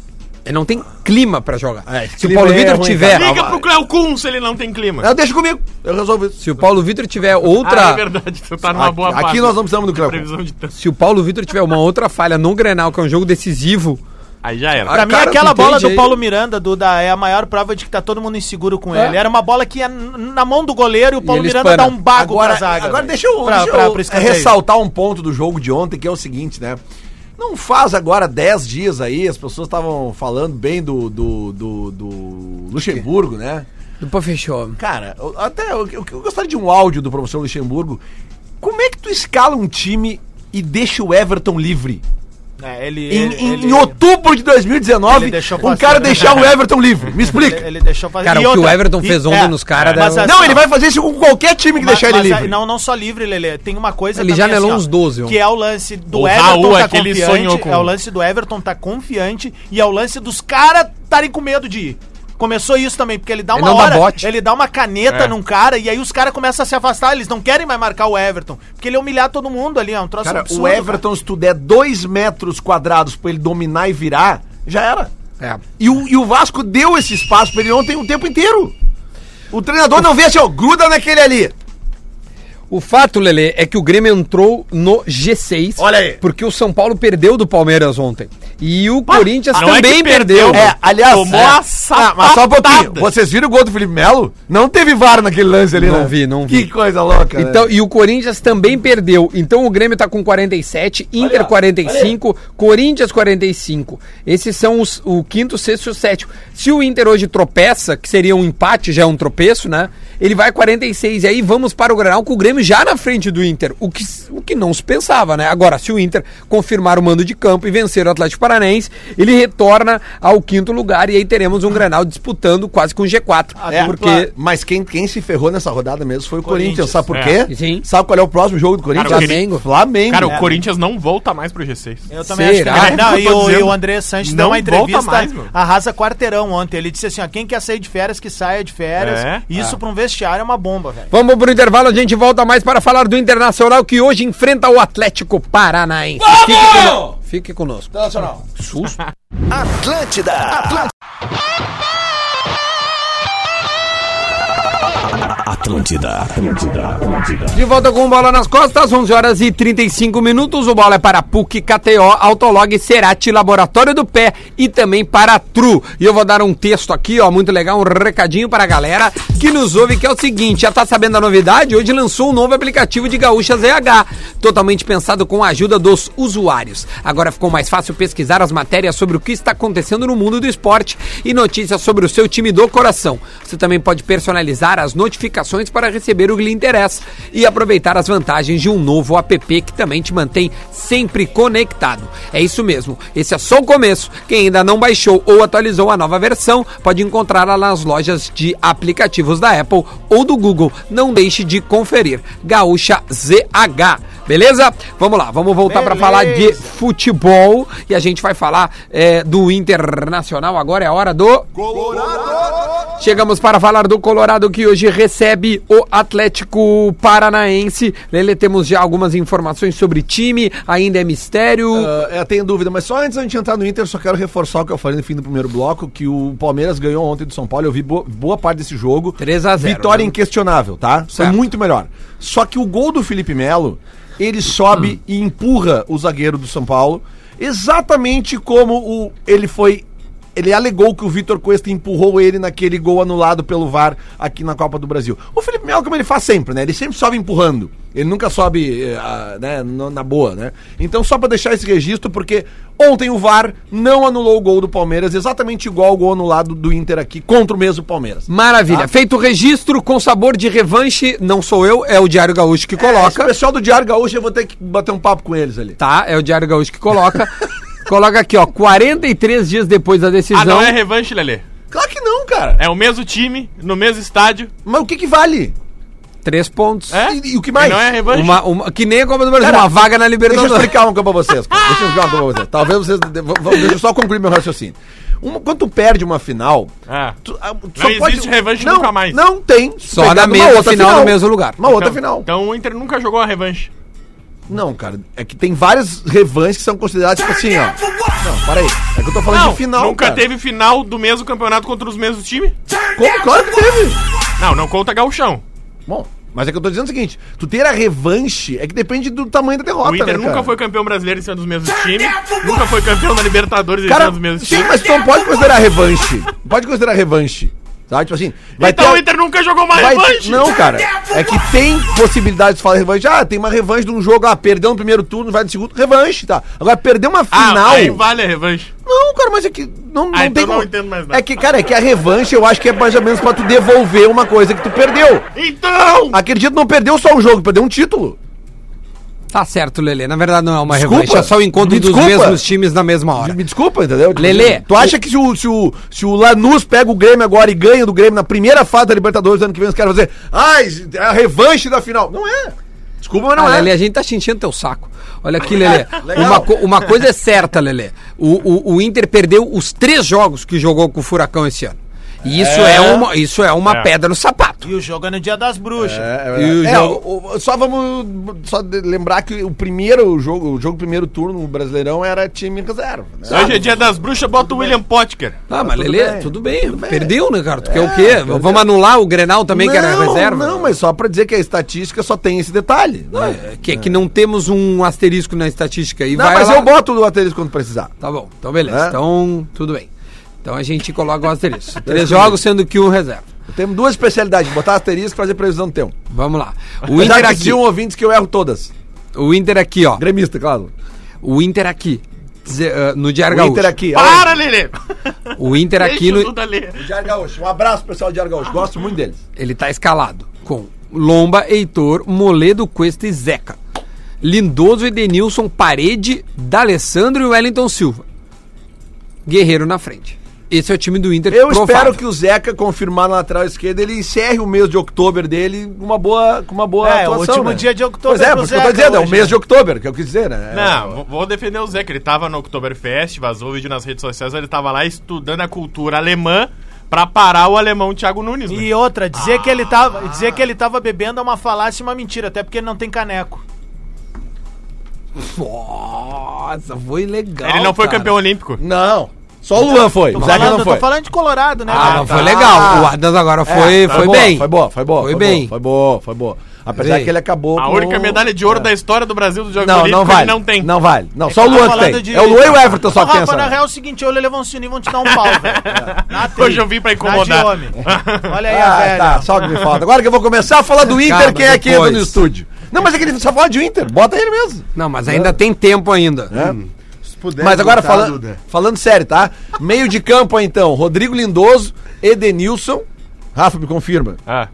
Ele não tem clima pra jogar.
É, esse
se o
clima
Paulo
aí é
Vitor
ruim,
tiver.
cara.
Liga pro Cléo Kun se ele não tem clima.
Eu deixo comigo, eu resolvo isso.
Se o Paulo Vitor tiver outra.
Ah, é verdade, tu tá numa
Aqui-
boa
aqui
fase.
nós não precisamos do Cleo.
Previsão de tanto.
se o Paulo Vitor tiver uma outra falha no Grenal, que é um jogo decisivo.
Aí já era.
Ah,
Pra mim,
cara,
aquela
tu entende
bola do
aí?
Paulo Miranda do, da, é a maior prova de que tá todo mundo inseguro com
É.
ele. Era uma bola que ia n- na mão do goleiro e o Paulo
ele
Miranda
espana.
dá um bago
agora,
pra zaga.
agora
velho.
deixa eu,
pra,
deixa
pra,
eu
pro escanteio.
ressaltar um ponto do jogo de ontem, que é o seguinte, né? Não faz agora 10 dias aí, as pessoas estavam falando bem do, do, do, do Luxemburgo, né?
Depois fechou.
Cara, eu- até eu, eu- eu gostaria de um áudio do professor Luxemburgo. Como é que tu escala um time e deixa o Everton livre?
É, ele,
Em,
ele-
em-
ele-
em outubro de 2019,
Ele deixou
um
passar. né?
cara deixar o Everton livre. Me explica.
ele, ele deixou fazer.
Cara,
E
o que o
outra-
Everton
e-
fez ontem nos um- caras
mas
era-
assim,
Não, ele
ó,
vai fazer isso com qualquer time que
mas-
deixar ele
mas aí-
livre.
Não, é não só livre, Lelê. Tem uma coisa assim,
Ele já anelou
ó,
uns 12 ontem.
Que é o lance do
O
Everton
Raul,
tá
aquele
confiante.
sonhou com-
É o lance do Everton tá confiante e é o lance dos caras estarem com medo de ir. Começou isso também, porque ele dá
Ele
uma
não dá
hora,
bote.
ele dá uma caneta
É.
num cara e aí os caras começam a se afastar, eles não querem mais marcar o Everton, porque ele ia humilhar todo mundo ali, é um troço
Cara,
absurdo,
o Everton, se tu der 2 metros quadrados pra ele dominar e virar, já era.
É.
E o, e o Vasco deu esse espaço pra ele ontem o tempo inteiro. O treinador não vê assim, ó, gruda naquele ali.
O fato, Lelê, é que o Grêmio entrou no G6.
Olha aí.
Porque o São Paulo perdeu do Palmeiras ontem. E o Corinthians
não é
também
que
perdeu.
perdeu,
É, aliás.
Tomou
é.
a
Ah, mas só um pouquinho.
sapatada.
Vocês viram o gol do Felipe Melo? Não teve VAR naquele lance ali,
Não
né?
vi, não vi.
Que coisa louca. né?
Então, e o Corinthians também perdeu. Então o Grêmio tá com 47, Inter 45, Corinthians 45. Esses são os, o quinto, sexto e o sétimo. Se o Inter hoje tropeça, que seria um empate, já é um tropeço, né? Ele vai 46. E aí vamos para o Granal com o Grêmio já na frente do Inter. O que, o que não se pensava, né? Agora, se o Inter confirmar o mando de campo e vencer o Atlético Paranaense, ele retorna ao quinto lugar e aí teremos um Grenal disputando quase com o G4.
A
É,
dupla-
porque... Mas quem, quem se ferrou nessa rodada mesmo foi o
Corinthians,
Corinthians. Sabe por
é.
quê?
Sim.
Sabe qual é o próximo jogo do Corinthians?
Cara, o
Corinthians-
Flamengo.
Cara, o
É.
Corinthians não volta mais pro G6.
Eu também
Será?
acho que
É,
não.
eu
e,
tô
o,
dizendo.
e o André Sanches
Não
deu uma entrevista
volta mais, meu.
arrasa quarteirão ontem. Ele disse assim, ó, quem quer sair de férias, que saia de férias.
É?
Isso pra um vestiário é uma bomba, velho.
Vamos pro intervalo, a gente volta mais para falar do Internacional que hoje enfrenta o Atlético Paranaense. Fique conosco. Fique conosco. Susto.
Atlântida, Atlântida.
Atlântida, Atlântida, Atlântida.
De volta com o Bola nas Costas, 11 horas e 35 minutos. O Bola é para PUC, KTO, Autolog, Cerati, Laboratório do Pé e também para a Tru. E eu vou dar um texto aqui, ó, muito legal, um recadinho para a galera que nos ouve, que é o seguinte, já tá sabendo a novidade? Hoje lançou um novo aplicativo de Gaúcha ZH, totalmente pensado com a ajuda dos usuários. Agora ficou mais fácil pesquisar as matérias sobre o que está acontecendo no mundo do esporte e notícias sobre o seu time do coração. Você também pode personalizar as notificações para receber o que lhe interessa e aproveitar as vantagens de um novo app que também te mantém sempre conectado. É isso mesmo, esse é só o começo. Quem ainda não baixou ou atualizou a nova versão pode encontrá-la nas lojas de aplicativos da Apple ou do Google. Não deixe de conferir. Gaúcha ZH. Beleza? Vamos lá, vamos voltar para
Beleza.
falar de futebol e a gente vai falar é, do Internacional. Agora é a hora do. Chegamos para falar do Colorado que hoje recebe o Atlético Paranaense. Lele, temos já algumas informações sobre time, ainda é mistério.
Ah, eu tenho dúvida, mas só antes da gente entrar no Inter, eu só quero reforçar o que eu falei no fim do primeiro bloco, que o Palmeiras ganhou ontem do São Paulo, eu vi boa, boa parte desse jogo.
3 a 0,
Vitória
né?
é inquestionável, tá? Foi
Certo.
muito melhor. Só que o gol do Felipe Melo, ele sobe e empurra o zagueiro do São Paulo, exatamente como o ele foi ele alegou que o Vitor Cuesta empurrou ele naquele gol anulado pelo VAR aqui na Copa do Brasil. O Felipe Melo, como ele faz sempre, né? Ele sempre sobe empurrando. Ele nunca sobe eh, ah, né, no- na boa, né? Então, só pra deixar esse registro, porque ontem o VAR não anulou o gol do Palmeiras, exatamente igual o gol anulado do Inter aqui contra o mesmo Palmeiras.
Maravilha.
Ah.
Feito o registro com sabor de revanche, não sou eu, é o Diário Gaúcho que
Coloca.
coloca.
o pessoal do Diário Gaúcho, eu vou ter que bater um papo com eles ali.
Tá, é o Diário Gaúcho que coloca. coloca aqui, ó, 43 dias depois da decisão.
Ah, não é revanche, Lelê.
Claro que não, cara.
É o mesmo time, no mesmo estádio.
Mas o que que vale?
Três pontos.
É?
E- e o que mais?
Não é revanche?
Uma, uma, que nem a Copa do Brasil,
Cara,
uma vaga na
Deixa eu
Libertadores.
explicar uma coisa pra vocês. cara. Deixa eu explicar uma coisa pra vocês. Talvez vocês. de- v- v- Deixa eu só concluir meu raciocínio. Uma, quando tu perde uma final.
Ah.
Tu, a- tu
Não existe revanche
não,
nunca mais.
Não tem.
Só
Pegar
na
uma
mesma
outra
final, no mesmo lugar.
Uma outra final.
Então o Inter nunca jogou a revanche.
Não, cara. É que tem várias revanches que são consideradas tipo assim, ó. Não, peraí. É que eu tô falando de final.
nunca
cara.
teve final do mesmo campeonato contra os mesmos times.
Como? Claro que teve.
Não, não conta gauchão.
Bom, mas é que eu tô dizendo o seguinte: tu ter a revanche é que depende do tamanho da derrota.
O Inter
né,
nunca
cara?
foi campeão brasileiro em cima dos mesmos times. Nunca foi campeão da Libertadores em cima
Cara,
dos mesmos
sim,
times.
mas tu não pode considerar revanche. Pode considerar revanche. Tá? Tipo assim. Vai
Então o
ter-
Inter nunca jogou uma
Vai-
revanche.
Não, cara. É que tem possibilidade de falar revanche. Ah, tem uma revanche de um jogo. Ah, perdeu no primeiro turno, vai no segundo. Revanche, tá? Agora, perder uma
Ah,
final.
aí vale a revanche.
Não, cara, mas é que. Não, não
Ah,
tem
então
como.
não entendo mais nada.
É que, cara, é que a revanche eu acho que é mais ou menos pra tu devolver uma coisa que tu perdeu.
Então!
Aquele dia tu não perdeu só um jogo, perdeu um título.
Tá certo, Lelê. Na verdade, não é uma
Desculpa.
revanche, é só o encontro
Me
dos
desculpa.
mesmos times na mesma hora.
Me desculpa, entendeu? Tipo,
Lelê,
Tu acha que se o, se, o, se o Lanús pega o Grêmio agora e ganha do Grêmio na primeira fase da Libertadores ano que vem, os caras vão dizer, ai, é a revanche da final. Não é. Desculpa, mas não
Ah,
é.
Lelê, a gente tá te enchendo teu saco. Olha aqui, Lelê.
Legal.
uma, co- uma coisa é certa, Lelê. O, o, o Inter perdeu os três jogos que jogou com o Furacão esse ano. E isso é, uma, isso é uma
É.
pedra no sapato.
E o jogo é no dia das bruxas.
É,
E o
é,
jogo-
o- o- só vamos só de- lembrar que o primeiro jogo, o jogo primeiro turno o Brasileirão era time reserva. né?
Hoje é dia das bruxas, bota o William Potker.
Ah, mas
Tá, tudo
Lelê,
bem,
tudo bem.
tudo bem. É,
Perdeu, né, cara? Tu quer o quê? Vamos anular o Grenal também, é que era
Não,
reserva?
Não, mas só pra dizer que a estatística só tem esse detalhe. né? Não,
É, Que, que não temos um asterisco na estatística. E
não
vai
mas
lá-
eu boto o asterisco quando precisar.
Tá bom, então beleza.
É?
Então, tudo bem. Então a gente coloca o asterisco. Três jogos, sendo que um reserva.
Temos duas especialidades, botar asterisco e fazer previsão do tempo.
Vamos lá. O
Já
Inter
que
aqui,
tinham ouvintes que eu erro todas.
o Inter aqui, ó.
Gremista, claro.
O Inter aqui. Dizer, eh, no Diário
O
Gaúcho.
Inter aqui. olha aí.
Para, Lelê!
O Inter aqui,
Deixa
no-
o Duda ler.
Diário Gaúcho. Um abraço, pessoal do Diário Gaúcho. Gosto muito deles.
ele tá escalado com Lomba, Heitor, Moledo, Cuesta e Zeca. Lindoso, Edenilson, Parede, D'Alessandro e Wellington Silva. Guerreiro na frente. Esse é o time do Inter.
Eu
provável.
espero que o Zeca, confirmar na lateral esquerda, ele encerre o mês de outubro dele com uma boa, com uma boa
É,
atuação.
o último
né?
dia de outubro
Pois é,
pro
por isso que eu tô
Zeca
dizendo, é o
hoje,
mês
né?
de outubro, que é o que eu quis dizer, né?
Não, vou- vou defender o Zé, que ele tava no Oktoberfest, vazou o vídeo nas redes sociais, ele tava lá estudando a cultura alemã pra parar o alemão Thiago Nunes. né?
E outra, dizer, que ele tava, dizer que ele tava bebendo é uma falácia e uma mentira, até porque ele não tem caneco.
Nossa, foi legal.
Ele não foi
cara.
campeão olímpico.
Não. Só o Luan foi,
Tô
o Zeca
falando,
não
tô
foi.
falando de Colorado, né?
Ah,
cara?
mas foi legal. O Adams agora foi,
É,
foi
boa,
bem.
Foi boa, foi boa.
Foi bem.
boa, Foi boa, foi boa. Apesar
Sim.
que ele acabou
A
com-
única medalha de ouro da história do Brasil dos Jogos
Não,
Olímpicos
não
ele
vale.
não tem.
Não vale. Não,
É
só o
que tá
Luan que
falando
tem.
de-
É o Luan e o Everton só
Ô,
que tem
Rafa,
essa.
na real é o seguinte, eu e o Levancini vão te dar um pau, velho. Na tri-
Hoje eu vim pra
na
incomodar.
de homem. Olha aí É a
É. Ah,
velha.
tá, só o que me falta. Agora que eu vou começar a falar do Inter,
Calma,
quem é que entra
depois.
no estúdio? Não, mas é que ele só fala de Inter, bota ele mesmo.
Não, mas ainda tem tempo ainda.
né?
Se puder
Mas agora
botar,
falando-
Duda.
falando sério, tá? Meio de campo aí, então, Rodrigo Lindoso, Edenilson. Rafa, me confirma.
Ah,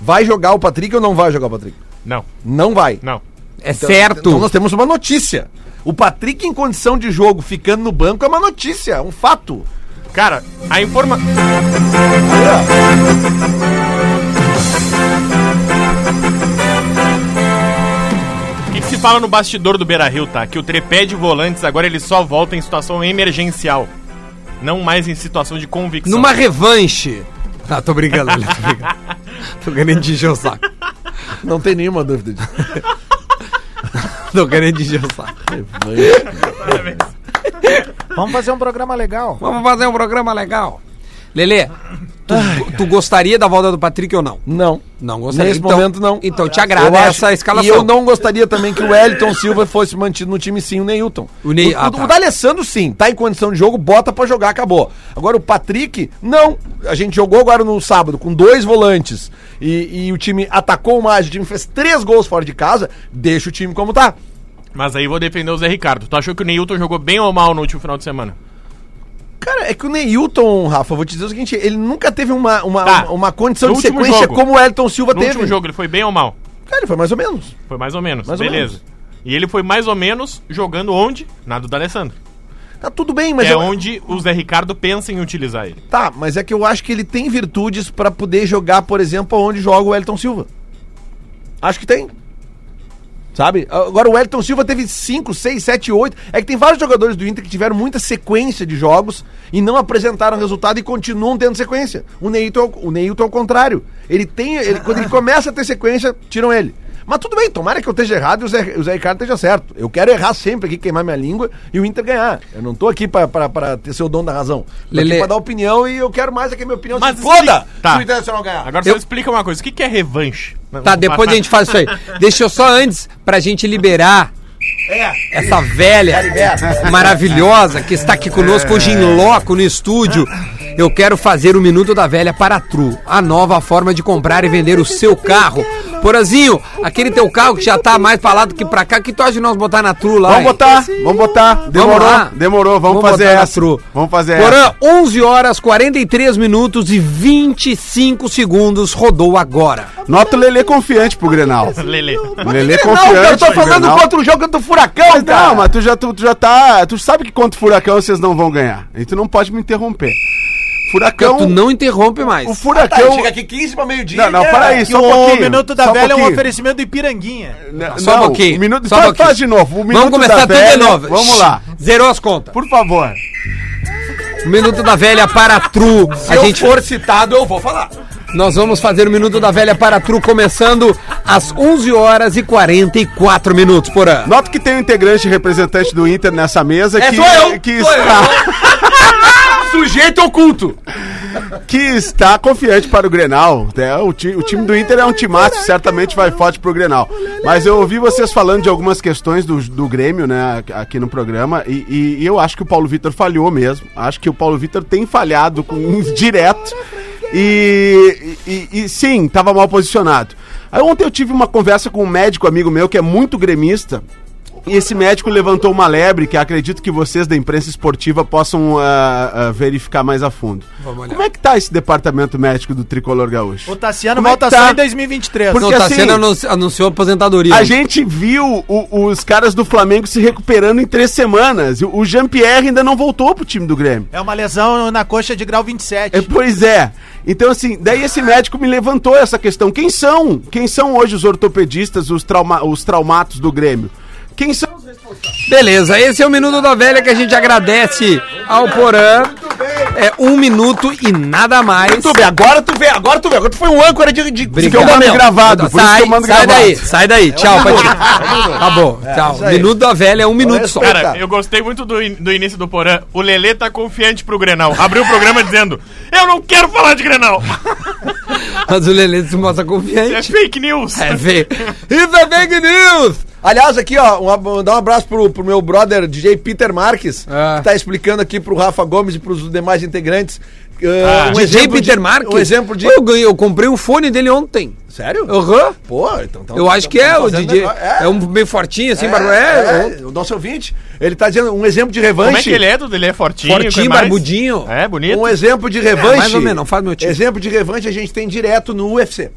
Vai jogar o Patrick ou não vai jogar o Patrick?
não,
Não vai.
não.
É
Então,
certo.
então nós temos uma notícia. O Patrick em condição de jogo ficando no banco é uma notícia, é um fato.
Cara, a informa... O que, que se fala no bastidor do Beira-Rio, tá? Que o tripé de volantes agora ele só volta em situação emergencial. Não mais em situação de convicção.
Numa revanche. Ah, tô brincando, olha, tô brincando. tô querendo te encher o saco.
Não tem nenhuma dúvida disso.
Tô querendo te encher o saco.
Vamos fazer um programa legal.
Vamos fazer um programa legal. Lelê, tu, tu gostaria da volta do Patrick ou não?
Não.
Não gostaria.
Nesse momento, não.
Então te
Eu
agrada
acho-
essa escalação.
E eu não gostaria também que o Wellington Silva fosse mantido no time sim, o Neilton.
O Ney- ah, tá.
o D'Alessandro sim, tá em condição de jogo, bota pra jogar, acabou. Agora o Patrick, não. A gente jogou agora no sábado com dois volantes e, e o time atacou mais, o time fez três gols fora de casa, deixa o time como tá.
Mas aí vou defender o Zé Ricardo. Tu achou que o Neilton jogou bem ou mal no último final de semana?
Cara, é que o Neilton, Rafa, eu vou te dizer o seguinte, ele nunca teve uma, uma,
Tá.
uma, uma condição
No
de
último
sequência
jogo.
como o Wellington Silva
No
teve.
último jogo ele foi bem ou mal?
Cara, ele foi mais ou menos.
Foi mais ou menos.
Mais ou
Beleza. E ele foi mais ou menos jogando onde? Na do D'Alessandro.
Tá tudo bem, mas
É
um
eu-
onde o Zé Ricardo pensa em utilizar ele.
Tá, mas é que eu acho que ele tem virtudes pra poder jogar, por exemplo, onde joga o Elton Silva. Acho que tem. Sabe? Agora o Elton Silva teve 5, 6, 7, 8. É que tem vários jogadores do Inter que tiveram muita sequência de jogos e não apresentaram resultado e continuam tendo sequência. O Neilton, é o- o Neilton é o contrário. Ele tem. ele- quando ele começa a ter sequência, tiram ele. Mas tudo bem, tomara que eu esteja errado e o Zé, o Zé Ricardo esteja certo. Eu quero errar sempre aqui, queimar minha língua e o Inter ganhar. Eu não tô aqui pra, pra, pra ter seu dono da razão. Tô
Lelê.
aqui pra dar opinião e eu quero mais é que a minha opinião
Mas
se foda
explica- tá.
se o Internacional ganhar.
Agora
Eu-
só explica uma coisa. O que, que é revanche?
Tá, depois a gente faz isso aí. Deixa eu só antes, pra gente liberar
É.
essa velha maravilhosa que está aqui conosco hoje em loco no estúdio. Eu quero fazer o Minuto da Velha para a Tru, a nova forma de comprar e vender o seu carro. Porazinho, aquele teu carro que já tá mais pra lá do que pra cá, que tu acha de nós botar na Tru lá?
Vamos
hein?
botar, vamos botar. Demorou,
lá.
demorou, vamos,
Vamos
fazer
botar na
essa.
tru.
Vamos fazer
Porã, 11 horas, 43 minutos e 25 segundos, rodou agora.
essa. Nota o Lelê confiante pro Grenal.
Lele.
Lelê
Não,
confiante.
cara, eu tô
pro
falando
Grenal.
contra o jogo do Furacão,
Mas
cara.
não, mas tu já, tu, tu já tá. Tu sabe que contra o Furacão vocês não vão ganhar. E tu não pode me interromper. Furacão.
tu não interrompe mais.
Então, O
Ah, tá,
Furacão.
aqui 15 pra meio-dia.
Não, não, para aí,
né? E
só um
o
pouquinho.
Minuto da
só um
Velha é um
pouquinho.
oferecimento do Ipiranguinha.
Não,
Só um
não,
pouquinho,
o Minuto,
só um
faz,
pouquinho.
faz de novo. O
Vamos começar tudo de novo.
Vamos lá.
Zerou as contas.
Por favor.
Minuto da Velha para a Tru. A gente,
citado, eu vou falar.
nós vamos fazer o Minuto da Velha para a Tru começando às 11 horas e 44 minutos por ano.
Nota que tem um integrante representante do Inter nessa mesa
É,
que,
sou eu,
que
sou eu.
está.
Sujeito oculto.
que está confiante para o Grenal. né? O, ti- o time do Inter é um timaço, certamente vai forte para o Grenal. Mas eu ouvi vocês falando de algumas questões do, do Grêmio, né, aqui no programa, e, e- e eu acho que o Paulo Vitor falhou mesmo. Acho que o Paulo Vitor tem falhado com uns direto. E, e- e sim, estava mal posicionado. Aí ontem eu tive uma conversa com um médico amigo meu que é muito gremista.
E esse médico levantou uma lebre que acredito que vocês da imprensa esportiva possam ah, ah, verificar mais a fundo.
Vamos olhar.
Como é que tá esse departamento médico do Tricolor Gaúcho?
O Tassiano
Como é que
volta
tá?
só em 2023.
Por-
Não,
porque
tá
assim-
sendo anun- anunciou aposentadoria.
A
hein?
gente viu o- os caras do Flamengo se recuperando em três semanas. E O Jean-Pierre ainda não voltou pro time do Grêmio.
É uma lesão na coxa de grau 27.
É, pois é. Então, assim, daí esse médico me levantou essa questão. Quem são? Quem são hoje os ortopedistas, os, trauma, os traumatos do Grêmio? Quem são os
Beleza, esse é o Minuto da Velha que a gente agradece ao Porã. É um minuto e nada mais.
Tu vê, agora tu vê, agora tu vê. Agora tu foi um âncora de. de
Obrigado.
que eu mandei
Não,
é gravado,
não,
por isso
Sai,
que eu mando
sai
gravado. Tá
daí, sai daí. Tchau, pode ir. Acabou. Tchau.
isso aí.
Minuto da Velha é um minuto só.
respeito.
Cara, eu gostei muito do, in- do início do Porã. O Lelê tá confiante pro Grenal. Abriu o programa dizendo: Eu não quero falar de Grenal!
Mas o Lelê se mostra
É
confiante.
fake news!
É ver. Isso é fake news!
Aliás, aqui, ó, um ab- mandar um abraço pro, pro meu brother DJ Peter Marques,
Ah.
que tá explicando aqui pro Rafa Gomes e pros demais integrantes. ah,
O DJ Peter Marques?
Um exemplo de.
Eu, ganhei, eu comprei um fone dele ontem.
Sério?
Aham.
Pô, então. então-
Eu acho que é
então
o
fazendo
DJ.
negócio-
É, um meio fortinho assim,
É,
barulho. É,
é, o nosso ouvinte. Ele tá dizendo um exemplo de revanche.
Como é que ele é, Dudu? Ele é fortinho,
fortinho,
que mais?
barbudinho.
É, bonito.
Um exemplo de revanche.
É, mais ou menos, não faz meu time.
Exemplo de revanche a gente tem direto no UFC.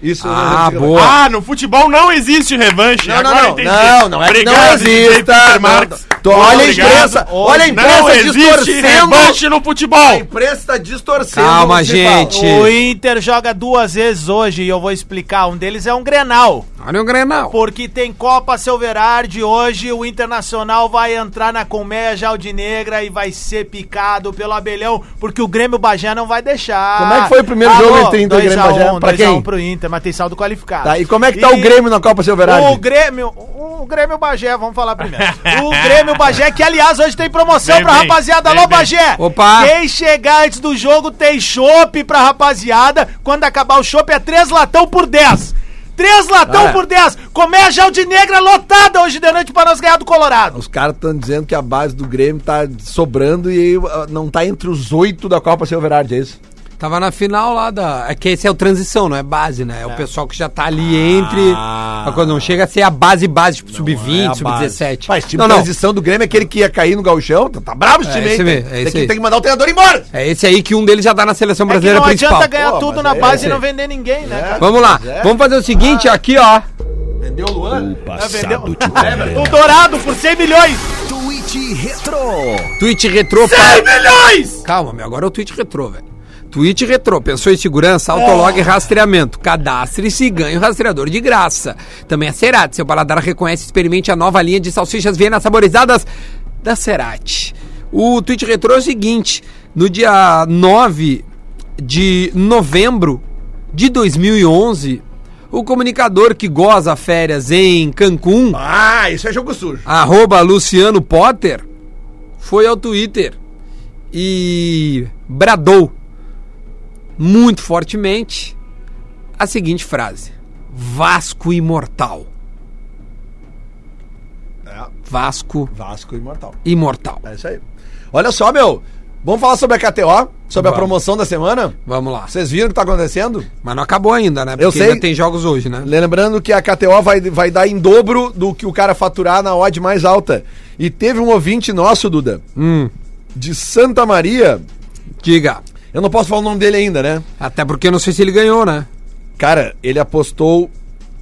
Isso é um
Ah,
exemplo de
boa.
Ah, no futebol não existe revanche.
Não, não, não. Não, não é que não
DJ
exista,
Peter
não,
Marques.
não. Tô- olha a
Obrigado.
imprensa, olha a
não
imprensa
existe
distorcendo.
revanche no
A
futebol.
imprensa tá distorcendo.
Calma,
o que se fala.
gente.
O Inter joga duas vezes hoje e eu vou explicar. Um deles é um Grenal,
Olha o Grenal.
porque tem Copa Silverard hoje. O Internacional vai entrar na colmeia Jaldinegra e vai ser picado pelo abelhão, porque o Grêmio Bagé não vai deixar.
Como é que foi o primeiro jogo entre Inter e
dois
Grêmio
a
Bagé?
Um,
Pra
dois a
quem?
Um pro Inter, mas tem saldo qualificado.
Tá, e como é que tá o Grêmio na Copa Silverado?
O Grêmio, o Grêmio Bagé, vamos falar primeiro. O Grêmio Bagé, que aliás hoje tem promoção
Vem
pra
bem,
rapaziada.
vem
Alô,
bem.
Bagé!
Opa!
Quem chegar antes do jogo tem chopp pra rapaziada. Quando acabar o chopp é três latão por 10. Três latão
Ah, é.
por 10. Comeia a negra lotada hoje de noite pra nós ganhar do Colorado. É
Os caras estão dizendo que a base do Grêmio tá sobrando e ah, não tá entre os oito da Copa Silverard, é isso?
Tava na final lá da. É que esse é o transição, não é base, né? É, o pessoal que já tá ali entre.
Ah.
A coisa não chega a ser a base base, tipo sub-20, sub-17.
é Mas time
não,
de
não.
transição do Grêmio é aquele que ia cair no gauchão, tá, tá bravo esse
É
time
esse
aí,
mesmo, é
tem,
esse
que,
aí.
tem que mandar o treinador embora!
É esse aí que um deles já tá na seleção
É que
brasileira
não
principal.
adianta ganhar
Pô,
tudo
mas
na
é
base e
esse.
não vender ninguém, né? cara?
Vamos lá,
É.
vamos fazer o seguinte aqui, ó.
Entendeu, Luan?
Passado te condena.
O Um Dourado por 100 milhões.
Twitch Retro.
Tweet retrô. 100 milhões! Calma, meu, agora é o tweet retrô, velho. Tweet retrô, pensou em segurança, autolog
É.
e rastreamento. Cadastre-se e ganhe o rastreador de graça. Também a Cerati, seu paladar reconhece e experimente a nova linha de salsichas vienas saborizadas da Cerati. O tweet retrô é o seguinte, no dia 9 de novembro de 2011, o comunicador que goza férias em Cancún
Ah, isso é jogo sujo.
arroba Luciano Potter, foi ao Twitter e bradou muito fortemente a seguinte frase: Vasco imortal.
É.
Vasco
Vasco imortal.
imortal.
É isso aí. Olha só, meu, vamos falar sobre a KTO, sobre a promoção da semana?
Vamos lá.
Vocês viram o que tá acontecendo?
Mas não acabou ainda, né? Porque
Eu sei.
ainda tem jogos hoje, né?
Lembrando que a KTO vai, vai dar em dobro do que o cara faturar na odd mais alta. E teve um ouvinte nosso, Duda,
Hum,
de Santa Maria.
diga.
Eu não posso falar o nome dele ainda, né?
Até porque eu não sei se ele ganhou, né?
Cara, ele apostou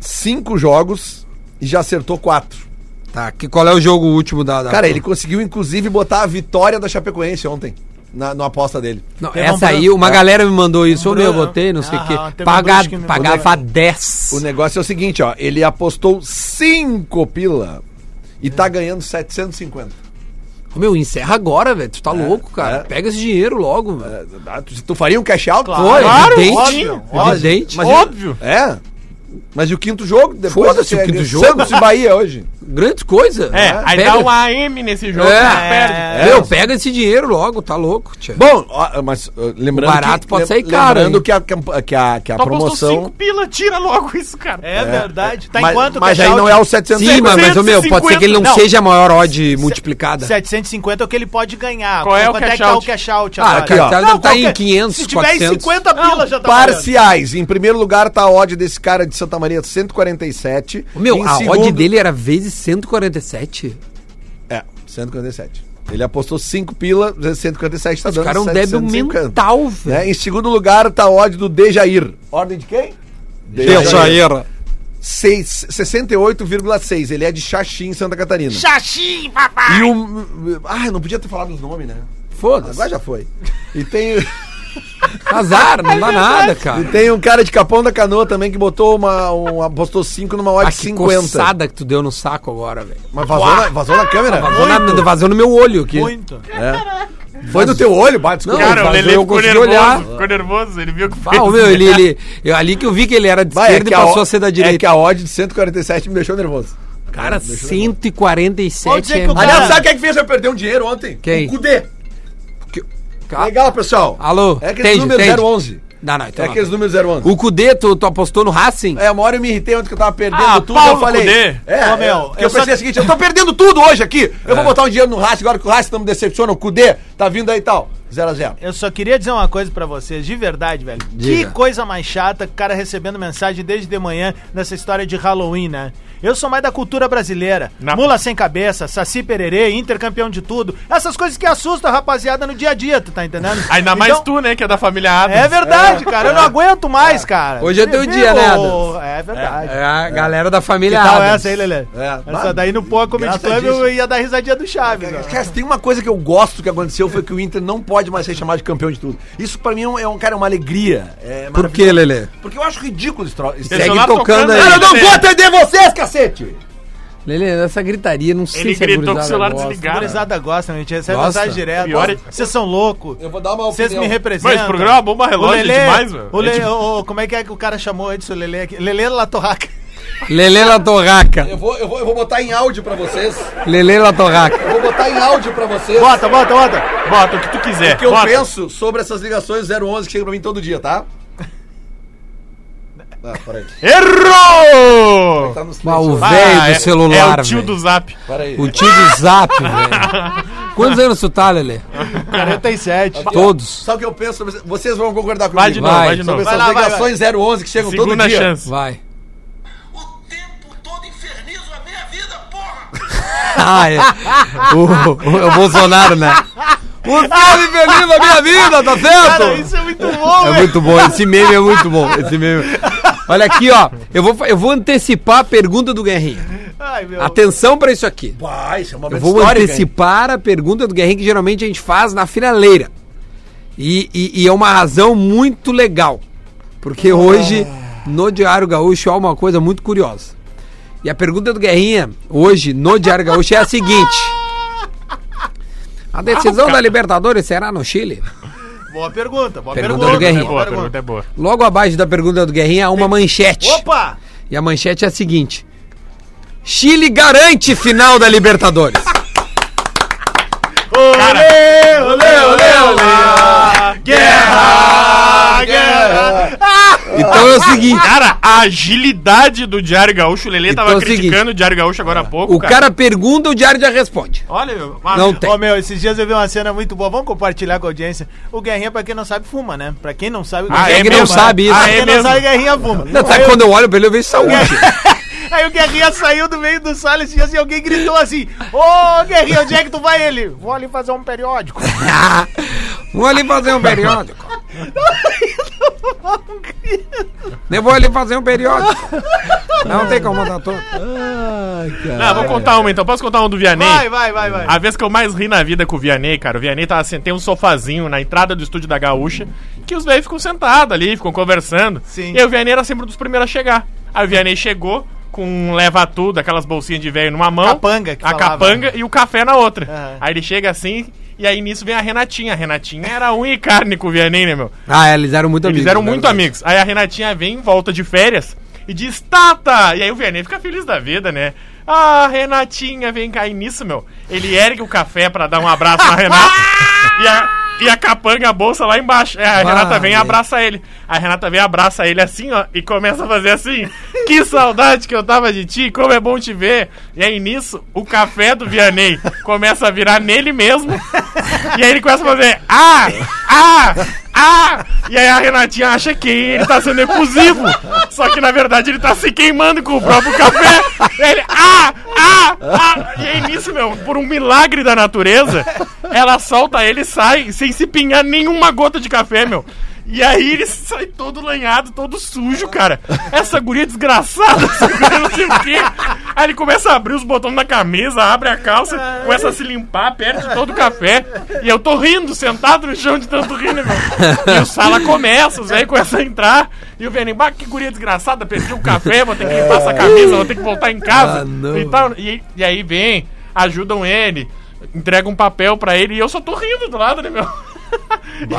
cinco jogos e já acertou quatro.
Tá. Que, qual é o jogo último da. da-
Cara, ele conseguiu inclusive botar a vitória da Chapecoense ontem, na, na aposta dele.
Não,
Teve um
essa aí,
Bruno-
uma galera me mandou isso. Ô, meu, eu
Bruno-
botei, não sei o
Aham, teve
quê.
um
Paga,
Bruno que me
pagava 10.
O negócio é o seguinte, ó. Ele apostou cinco pila e tá ganhando 750.
Ô, Meu, encerra agora, velho. Tu tá louco, cara.
é.
Pega esse dinheiro logo, velho.
Ah, tu- Tu faria um cash out?
Claro.
Pô,
Claro,
evidente.
óbvio,
evidente.
Mas
Óbvio.
É. Mas e o quinto jogo? Depois
Foda-se
é
o quinto
de
jogo.
Santos e Bahia hoje.
Grande coisa.
É, aí
pega...
dá um AM nesse jogo.
É.
né? Perde.
É. Meu, pega esse dinheiro logo, tá louco, tia.
Bom, ó, mas ó, lembrando
Barato
que,
pode
lem-
sair caro,
Lembrando
hein?
que a, camp- que a, que a
Tu apostou
promoção...
5 pila, tira logo isso, cara.
É, verdade. Tá
mas,
em quanto?
Mas aí
Cachau?
não é o 700.
Sim, mas, mas ô, meu, pode
750.
ser que ele não,
Não.
seja a maior odd multiplicada.
750 é o que ele pode ganhar.
Qual é o
Quanto
cash
que tá o
out?
cash out
Ah,
agora?
aqui, ó. Deve tá em
qualquer-
500,
é? Se tiver em
400.
50 pila já tá valendo.
Parciais. Em primeiro lugar tá a odd desse cara de Santa Maria 147.
Meu,
Em
a odd
segundo-
dele era vezes 147?
É, 147. Ele apostou 5 pila, 147 tá
Os
dando
caras é um débil
750,
mental, velho.
Né? Em segundo lugar tá a odd do Dejair. Ordem de quem?
era.
Seis- 68,6. Ele é de Xaxim, Santa Catarina. Xaxim, papai! E o... Ah, eu não podia ter falado os nomes, né?
Foda-se.
Agora já tá. foi. E tem...
Azar, não dá nada,
E
cara.
tem um cara de Capão da Canoa também que botou uma. Um, apostou 5 numa odd
Ah,
de
que
50.
coçada que tu deu no saco agora, velho.
Mas vazou na, vazou na câmera?
Vazou, na- vazou no meu olho aqui.
Muito.
Foi no teu olho, bate,
Não,
desculpa.
Cara, o
vazou,
Lele
eu
ficou
consegui
nervoso,
olhar.
ficou nervoso, ele viu que
Ah, o meu, ele, ele, eu, ali que eu vi que ele era de
Vai,
esquerda e passou a ser da
é que
direita.
a odd de 147 me deixou nervoso.
é
cara,
Pode dizer que
147
o
Aliás,
cara-
Aliás, sabe quem é que fez eu perder um dinheiro ontem?
Quem?
O Cudê.
Ca-
Legal, pessoal.
Alô,
É aquele
entende,
número
entende.
011.
Não, não,
É
então não.
aqueles números 011.
O Cudê, tu, tu apostou no Racing?
É, uma hora eu me irritei ontem que eu tava perdendo
Ah,
tudo.
Paulo
eu falei.
Cudê.
É,
Ô, meu,
é, que eu,
eu só-
pensei o seguinte: eu tô perdendo tudo hoje aqui. Eu
É.
vou botar um dinheiro no Racing agora que o Racing não me decepciona. O Cudê tá vindo aí e tal. 0x0.
Eu só queria dizer uma coisa pra vocês, de verdade, velho.
Diga.
Que coisa mais chata, o cara recebendo mensagem desde de manhã nessa história de Halloween, né? Eu sou mais da cultura brasileira.
Não.
Mula sem cabeça, Saci Pererê, intercampeão de tudo. Essas coisas que assustam a rapaziada no dia a dia, tu tá entendendo?
Ainda mais
Então,
tu, né, que é da família Adams.
É verdade, cara. Eu não aguento mais, cara.
Hoje é teu
Viu?
dia, né, Adams?
É verdade.
É a galera da
Que
família
tal
Adams.
essa aí, Lelê?
É.
Essa daí no Pô Comedy
Graças
Club
disso.
eu ia dar risadinha do Chaves. ó.
Cara, se tem uma coisa que eu gosto que aconteceu foi que o Inter não pode mais ser chamado de campeão de tudo. Isso pra mim é um, é um- cara, é uma alegria. É
Por que, Lelê?
Porque eu acho ridículo esse troço. esse-
Teu
Segue
celular
tocando aí.
Cara, eu não
Lelê.
vou atender vocês, cacete!
Lelê, essa gritaria, não sei
Ele
a
gritou com o
gurizada
celular
gosta.
desligado.
Gurizada gosta, a gente recebe
Gosta.
mensagem direto.
Pior é-
Vocês são loucos.
Eu vou dar uma
Vocês me representam.
Mas esse programa é uma bomba relógio,
O Lelê-
é demais, mano.
O
É
Lelê,
tipo-
o- o- como é que é que o cara chamou Edson Lelê aqui? Lelê Latorraca.
Lelê La Torraca.
Eu vou, eu, vou, eu vou botar em áudio pra vocês.
Lelê La Torraca.
Eu vou botar em áudio pra vocês o
Bota, bota, bota.
Bota o que tu quiser.
que eu
bota.
penso sobre essas ligações 011 que chegam pra mim todo dia, tá? Ah, peraí.
Errou!
Tá no
Ah, o
silêncio.
velho
Ah,
do
é-
celular,
É o tio
velho.
do zap.
Peraí.
O tio do zap, velho. Quantos anos tu tá, Lelê?
47.
Todos.
Sabe o que eu penso sobre vocês? Vocês vão concordar comigo.
Vai de novo,
Vai.
vai, de
Sobre
novo.
essas
Vai lá, vai,
ligações 011 que chegam
Segunda
todo dia.
chance.
Vai.
O tempo todo infernizo a minha vida, porra!
Ah, é. O, o- é o Bolsonaro, né? O filme feliz da minha vida, tá certo?
Cara, isso é muito bom,
É
velho.
muito bom, esse meme é muito bom. Esse meme. Olha aqui, ó. Eu vou, fa- eu vou antecipar a pergunta do Guerrinha.
Ai, meu.
Atenção pra isso aqui.
Vai, isso é uma
Eu vou antecipar a pergunta do Guerrinha que geralmente a gente faz na finaleira. E, e- e é uma razão muito legal. Porque hoje, no Diário Gaúcho, há uma coisa muito curiosa. E a pergunta do Guerrinha, hoje, no Diário Gaúcho, é a seguinte: A decisão da Libertadores será no Chile?
Boa pergunta, boa
Pergunta
pergunta.
do Guerrinha.
É boa,
boa
a pergunta é boa.
Logo abaixo da pergunta do Guerrinha há uma manchete.
Opa!
E a manchete é a seguinte: Chile garante final da Libertadores.
Cara,
Guerra! Guerra!
Então é o seguinte:
cara, a agilidade do Diário Gaúcho, o Lelê
Então é
tava
o seguinte,
criticando o Diário Gaúcho agora há pouco.
o cara pergunta, o Diário já responde.
Olha, meu. mas-
Não tem.
Ô meu, esses dias eu vi uma cena muito boa, vamos compartilhar com a audiência. O Guerrinha, pra quem não sabe, fuma, né? Pra quem não sabe, o
Ah,
Guerrinha
é mesmo?
fuma.
sabe isso.
Pra
Ah, é
quem não
mesmo?
sabe, o Guerrinha fuma.
Não, tá, quando eu olho pra ele, eu vejo um. saúde.
Aí o Guerrinha saiu do meio do sala esses dias e alguém gritou assim: Ô Guerrinha, onde é que tu vai? Ele, vou ali fazer um periódico.
Vou ali fazer um periódico. Eu vou ali fazer um periódico. Não tem como mandar todo.
Não, vou contar uma então. Posso contar uma do Vianney?
Vai, vai, vai, vai.
A vez que eu mais ri na vida com o Vianney, cara, o Vianney tava, sen- tem um sofazinho na entrada do estúdio da Gaúcha, que os velhos ficam sentados ali, ficam conversando.
Sim.
E aí o Vianney era sempre um dos primeiros a chegar. Aí o Vianney chegou com um leva tudo, aquelas bolsinhas de velho numa mão.
Capanga que
A
falava. né?
capanga e o café na outra.
Aham.
Aí ele chega assim, e aí nisso vem a Renatinha. A Renatinha era unha e carne com o Vianney, né, meu?
Ah, é, eles eram muito amigos.
Eles eram muito amigos. Aí a Renatinha vem, volta de férias e diz: Tata! E aí o Vianney fica feliz da vida, né? Ah, Renatinha, vem cair nisso, meu. Ele ergue o café pra dar um abraço na Renata. e, a, e a capanga a bolsa lá embaixo. É, a Renata vem e
velho.
abraça ele. A Renata vem e abraça ele assim, ó, e começa a fazer assim. Que saudade que eu tava de ti, como é bom te ver. E aí nisso, o café do Vianney começa a virar nele mesmo. E aí ele começa a fazer ah, ah, Ah! E aí a Renatinha acha que ele tá sendo efusivo. Só que na verdade ele tá se queimando com o próprio café. E aí ele. Ah! Ah! Ah! E aí nisso, meu, por um milagre da natureza, ela solta ele e sai sem se pingar nenhuma gota de café, meu. E aí ele sai todo lanhado, todo sujo, cara. Essa guria é desgraçada, essa guria não sei o quê. Aí ele começa a abrir os botões da camisa, abre a calça, começa a se limpar, perde todo o café. E eu tô rindo, sentado no chão de tanto rir, né, meu? E o sala começa, os velhos começam a entrar. E o velho, bah, que guria desgraçada, perdi o café, vou ter que limpar essa camisa, vou ter que voltar em casa.
Ah, não.
e, tal. E- e aí vem, ajudam ele, entregam um papel pra ele e eu só tô rindo do lado, né, meu? E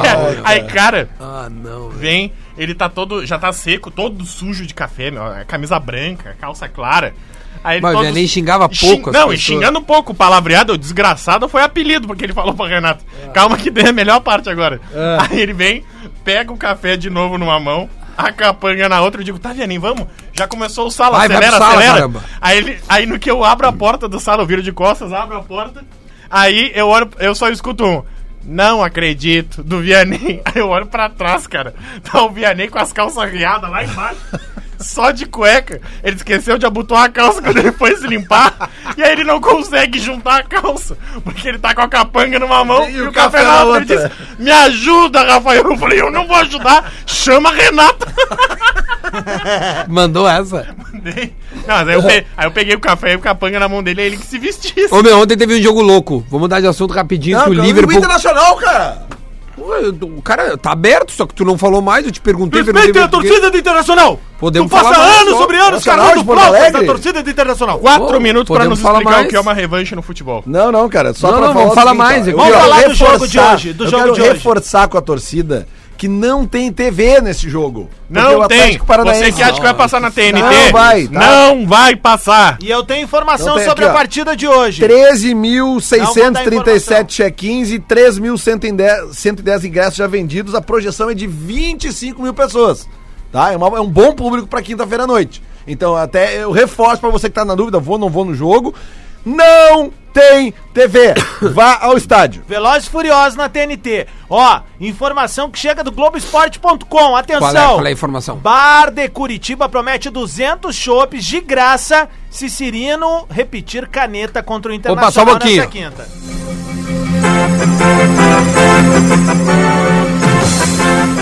aí, cara,
Ah, não. velho.
vem, ele tá todo, já tá seco, todo sujo de café, meu, a camisa branca, a calça clara. Aí ele
Mas o
todo-
Vianney xingava
Xing-
pouco. as
Não, e
pessoas.
xingando pouco, palavreado, o desgraçado foi apelido, porque ele falou pra Renato,
É.
calma que tem a melhor parte agora. Aí ele vem, pega o café de novo numa mão, a capanga na outra, eu digo, tá, Vianney, vamos? Já começou o sala,
Vai, vai
acelera,
pro sala,
acelera.
caramba.
Aí, ele- aí no que eu abro a porta do sala, eu viro de costas, abro a porta. Aí eu olho, eu só escuto um. Não acredito, do Vianney. Aí eu olho pra trás, cara. Tá o Vianney com as calças riadas lá embaixo. Só de cueca. Ele esqueceu de abotoar a calça quando ele foi se limpar. E aí ele não consegue juntar a calça. Porque ele tá com a capanga numa mão e, o café, na outra. Ele diz, me ajuda, Rafael. Eu falei, eu não vou ajudar. Chama a Renata.
Mandou essa.
Dei. Não, mas aí, eu pe- aí eu peguei o café e o capanga na mão dele, aí ele que se vestisse.
Ô, meu, ontem teve um jogo louco. Vamos mudar de assunto rapidinho. que o Liverpool.
Internacional, cara.
O cara tá aberto, só que tu não falou mais. Eu te perguntei.
Respeita
é
perguntei
a torcida do Internacional!
Podemos
tu passa
falar mais,
anos
só.
sobre anos
Nacional
cavando
de Porto
flautas da
Alegre.
torcida do Internacional.
Quatro
Pô,
minutos pra
podemos
nos
falar
explicar
mais?
o que é uma revanche no futebol.
Não, não, cara. Só
Não,
pra
não,
falar
vamos
o
falar
seguinte,
mais,
ó,
é
eu
que-
quero
Vamos falar do
reforçar-
jogo de hoje, do
eu
jogo
quero
de hoje.
reforçar com a torcida que não tem TV nesse jogo. Porque
Não
o
tem.
Atlético Paranaense-
Você que acha que vai passar na TNT?
Não vai, tá?
Não vai passar.
E eu tenho informação
Então tem
sobre
aqui,
a
ó.
partida de hoje.
13.637 check-ins e 3.110 ingressos já vendidos. A projeção é de 25 mil pessoas. Tá? É, uma- é um bom público para quinta-feira à noite. Então, até eu reforço para você que tá na dúvida, vou ou não vou no jogo. Não tem TV. Vá ao estádio.
Velozes e Furiosos na TNT. Ó, informação que chega do Globoesporte.com. Atenção!
Qual é, qual é a informação?
Bar de Curitiba promete 200 chopes de graça se Cirino repetir caneta contra o Internacional
só um pouquinho.
nesta quinta.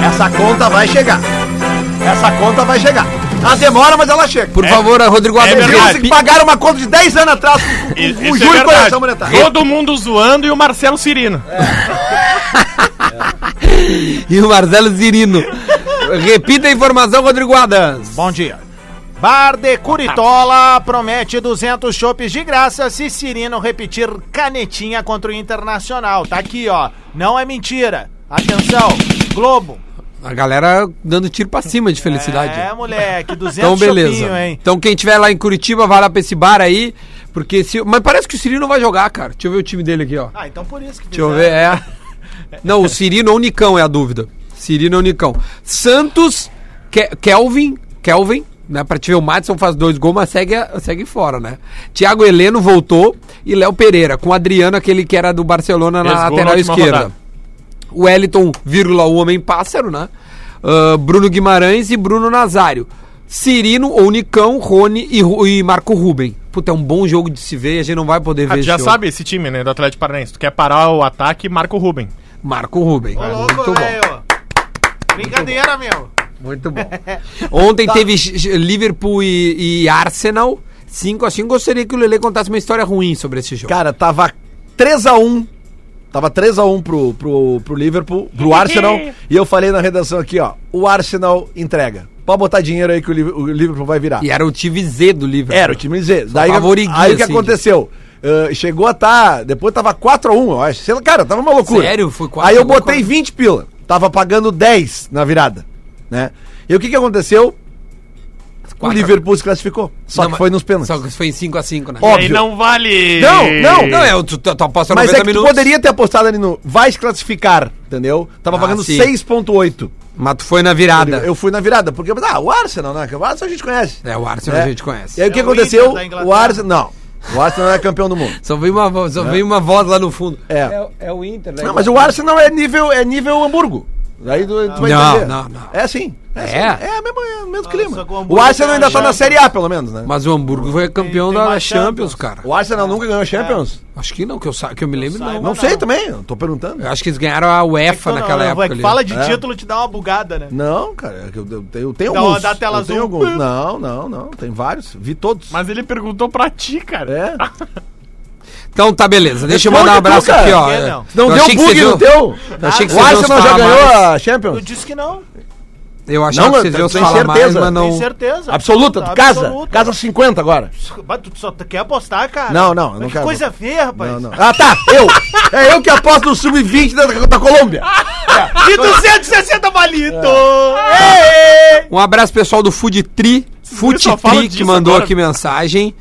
Essa conta vai chegar. Essa conta vai chegar. Ela demora, mas ela chega.
Por favor, Rodrigo
é
Abel.
verdade.
Eles pagaram uma conta de 10 anos atrás com,
E-
com,
isso
com juro
é
e
verdade.
correção monetária.
Todo mundo zoando e o Marcelo Cirino.
É.
e o Marcelo Zirino. Repita a informação, Rodrigo Adams.
Bom dia. Bar de Curitola promete 200 chopes de graça se Cirino repetir canetinha contra o Internacional. Tá aqui, ó. Não é mentira. Atenção, Globo.
A galera dando tiro pra cima de felicidade.
É, moleque, 200
Então, beleza.
chopinho, hein?
Então, quem tiver lá em Curitiba, vai lá pra esse bar aí. Porque se. Mas parece que o Cirino vai jogar, cara. Deixa eu ver o time dele aqui, ó.
Ah, então por isso que
Deixa eu ver.
fizeram.
É. Não, o Cirino ou o Nicão é a dúvida. Cirino ou Nicão. Santos, Ke- Kelvin, Kelvin, né? Pra te ver, o Madison faz dois gols, mas segue, segue fora, né? Thiago Heleno voltou e Léo Pereira, com o Adriano, aquele que era do Barcelona na
Fez gol
lateral
na última
esquerda.
rodada.
O Eliton, vírgula, o homem pássaro, né? Ah, Bruno Guimarães e Bruno Nazário. Cirino ou Nicão, Rony e, Ru- e Marco Ruben. Puta, é um bom jogo de se ver e a gente não vai poder
Ah,
ver
tu já
esse jogo.
sabe esse time, né, do Atlético Paranaense. Tu quer parar o ataque, marca o Ruben.
Marco Ruben.
Ô,
Tá Muito
louco,
bom.
velho. Brincadeira, meu.
Muito bom.
Tá.
Ontem teve Ch- Ch- Liverpool e, e Arsenal. 5x5. Gostaria que o Lele contasse uma história ruim sobre esse jogo.
Cara, tava 3x1. Tava 3x1 pro, pro, pro Liverpool, pro Arsenal. e eu falei na redação aqui, ó. O Arsenal entrega. Pode botar dinheiro aí que o Liv- o Liverpool vai virar.
E era o time Z do Liverpool.
Era o time Z. Daí,
favorito,
aí o que
assim,
aconteceu? Ah, chegou a tá. Depois tava 4x1, eu acho. Sei lá, Cara, tava uma loucura.
Sério? Foi 4 a 1,
Aí eu botei
quatro-
20 pila. Tava pagando 10 na virada. Né? E o que que aconteceu? O
Quatro- um.
Liverpool se classificou. Só
Não,
que
mas-
foi nos pênaltis.
Só que foi em 5x5, né?
Óbvio.
E não vale.
Não, não,
Não, é, tu, tu, tu aposta
Mas
90
é que tu
minutos.
poderia ter apostado ali no vai se classificar, entendeu? Tava
Ah,
pagando
sim.
6.8.
Mas tu foi na virada.
Eu fui na virada, porque ah, o Arsenal, né? O Arsenal a gente conhece.
É, o Arsenal a gente
E
conhece.
aí o que
É o
aconteceu?
Inter da Inglaterra.
O Arsenal, não. O Arsenal não é campeão do mundo.
Só veio uma, vo- só veio uma voz lá no fundo.
É.
o Inter, né?
Não, mas o Arsenal é nível é nível Hamburgo.
Aí tu, tu vai
Não,
entender.
não, não.
É assim. É,
É?
assim, é, mesmo, é o mesmo clima.
só que o
O
Hamburgo
Arsenal
tem
ainda
a
tá na
Champions.
Série A, pelo menos, né?
Mas o Hamburgo foi campeão
tem
da
mais
Champions,
Champions.
cara.
O Arsenal nunca ganhou a Champions?
Acho que não, que eu, sa- que eu me lembro, É. não. É.
Não sei também, eu tô perguntando.
Eu acho que eles ganharam a UEFA
Não, não,
naquela
não,
época.
é que
ali.
Fala de
É.
título, te dá uma bugada, né?
Não, cara, é que eu, eu tenho, eu tenho
Dá-
alguns.
dá a tela
eu tenho
azul.
alguns. Não, não, não. Tem vários. Vi todos.
Mas ele perguntou pra ti, cara.
É.
Então tá, beleza. Deixa eu
Responde
mandar um
tu,
abraço
cara.
aqui, ó.
Quem não?
Não
Eu
deu
achei que
bug
vocês
no
iam-
teu?
Eu achei que
O
vocês iam
Arsenal
falar
já ganhou
mais.
a Champions?
Tu disse que não, tem
Eu achava
Não,
que
eu
vocês
tenho
iam falar mais,
certeza.
mas não.
certeza.
Então, Absoluta, tu casa.
Absoluta.
Casa 50 agora.
Mas tu só quer apostar, cara?
Não, não, eu
Mas
não
que
quero
coisa feia, rapaz.
Não, não. Ah, tá, eu. É eu que aposto no sub-20 da, da Colômbia.
É.
E 260 balitos!
Um abraço pessoal do Food Tri, Food
só falam
Tri que
disso
mandou
agora.
aqui mensagem.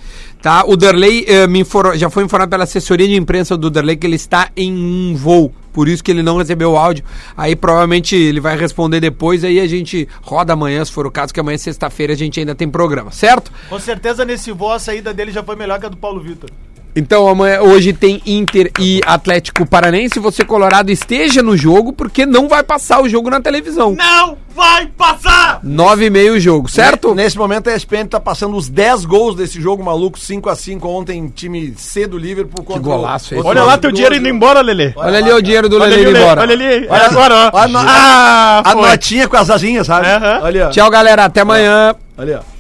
Tá, o Derley eh, me informou- já foi informado pela assessoria de imprensa do Derley que ele está em um voo, por isso que ele não recebeu o áudio. Aí provavelmente ele vai responder depois, aí a gente roda amanhã, se for o caso, que amanhã é sexta-feira a gente ainda tem programa, certo?
Com certeza nesse voo a saída dele já foi melhor que a do Paulo Vitor.
Então amanhã, hoje tem Inter e Atlético Paranense. Você colorado esteja no jogo porque não vai passar o jogo na televisão.
Não vai passar!
Nove e meia o jogo, certo?
Nesse momento a ESPN tá passando os 10 gols desse jogo maluco, 5x5 ontem, time C do Liverpool. contra o-
golaço esse.
contra
Olha
o-
lá teu dinheiro indo embora, Lelê.
Olha ali o dinheiro do
Olha
Lelê
ali,
indo
Lelê.
embora.
Olha ali.
Olha
Olha agora, ó.
Olha a no-
Ah,
a
foi.
notinha com as asinhas, sabe?
Aham.
Olha, ó.
Tchau, galera. Até amanhã.
Olha, ó.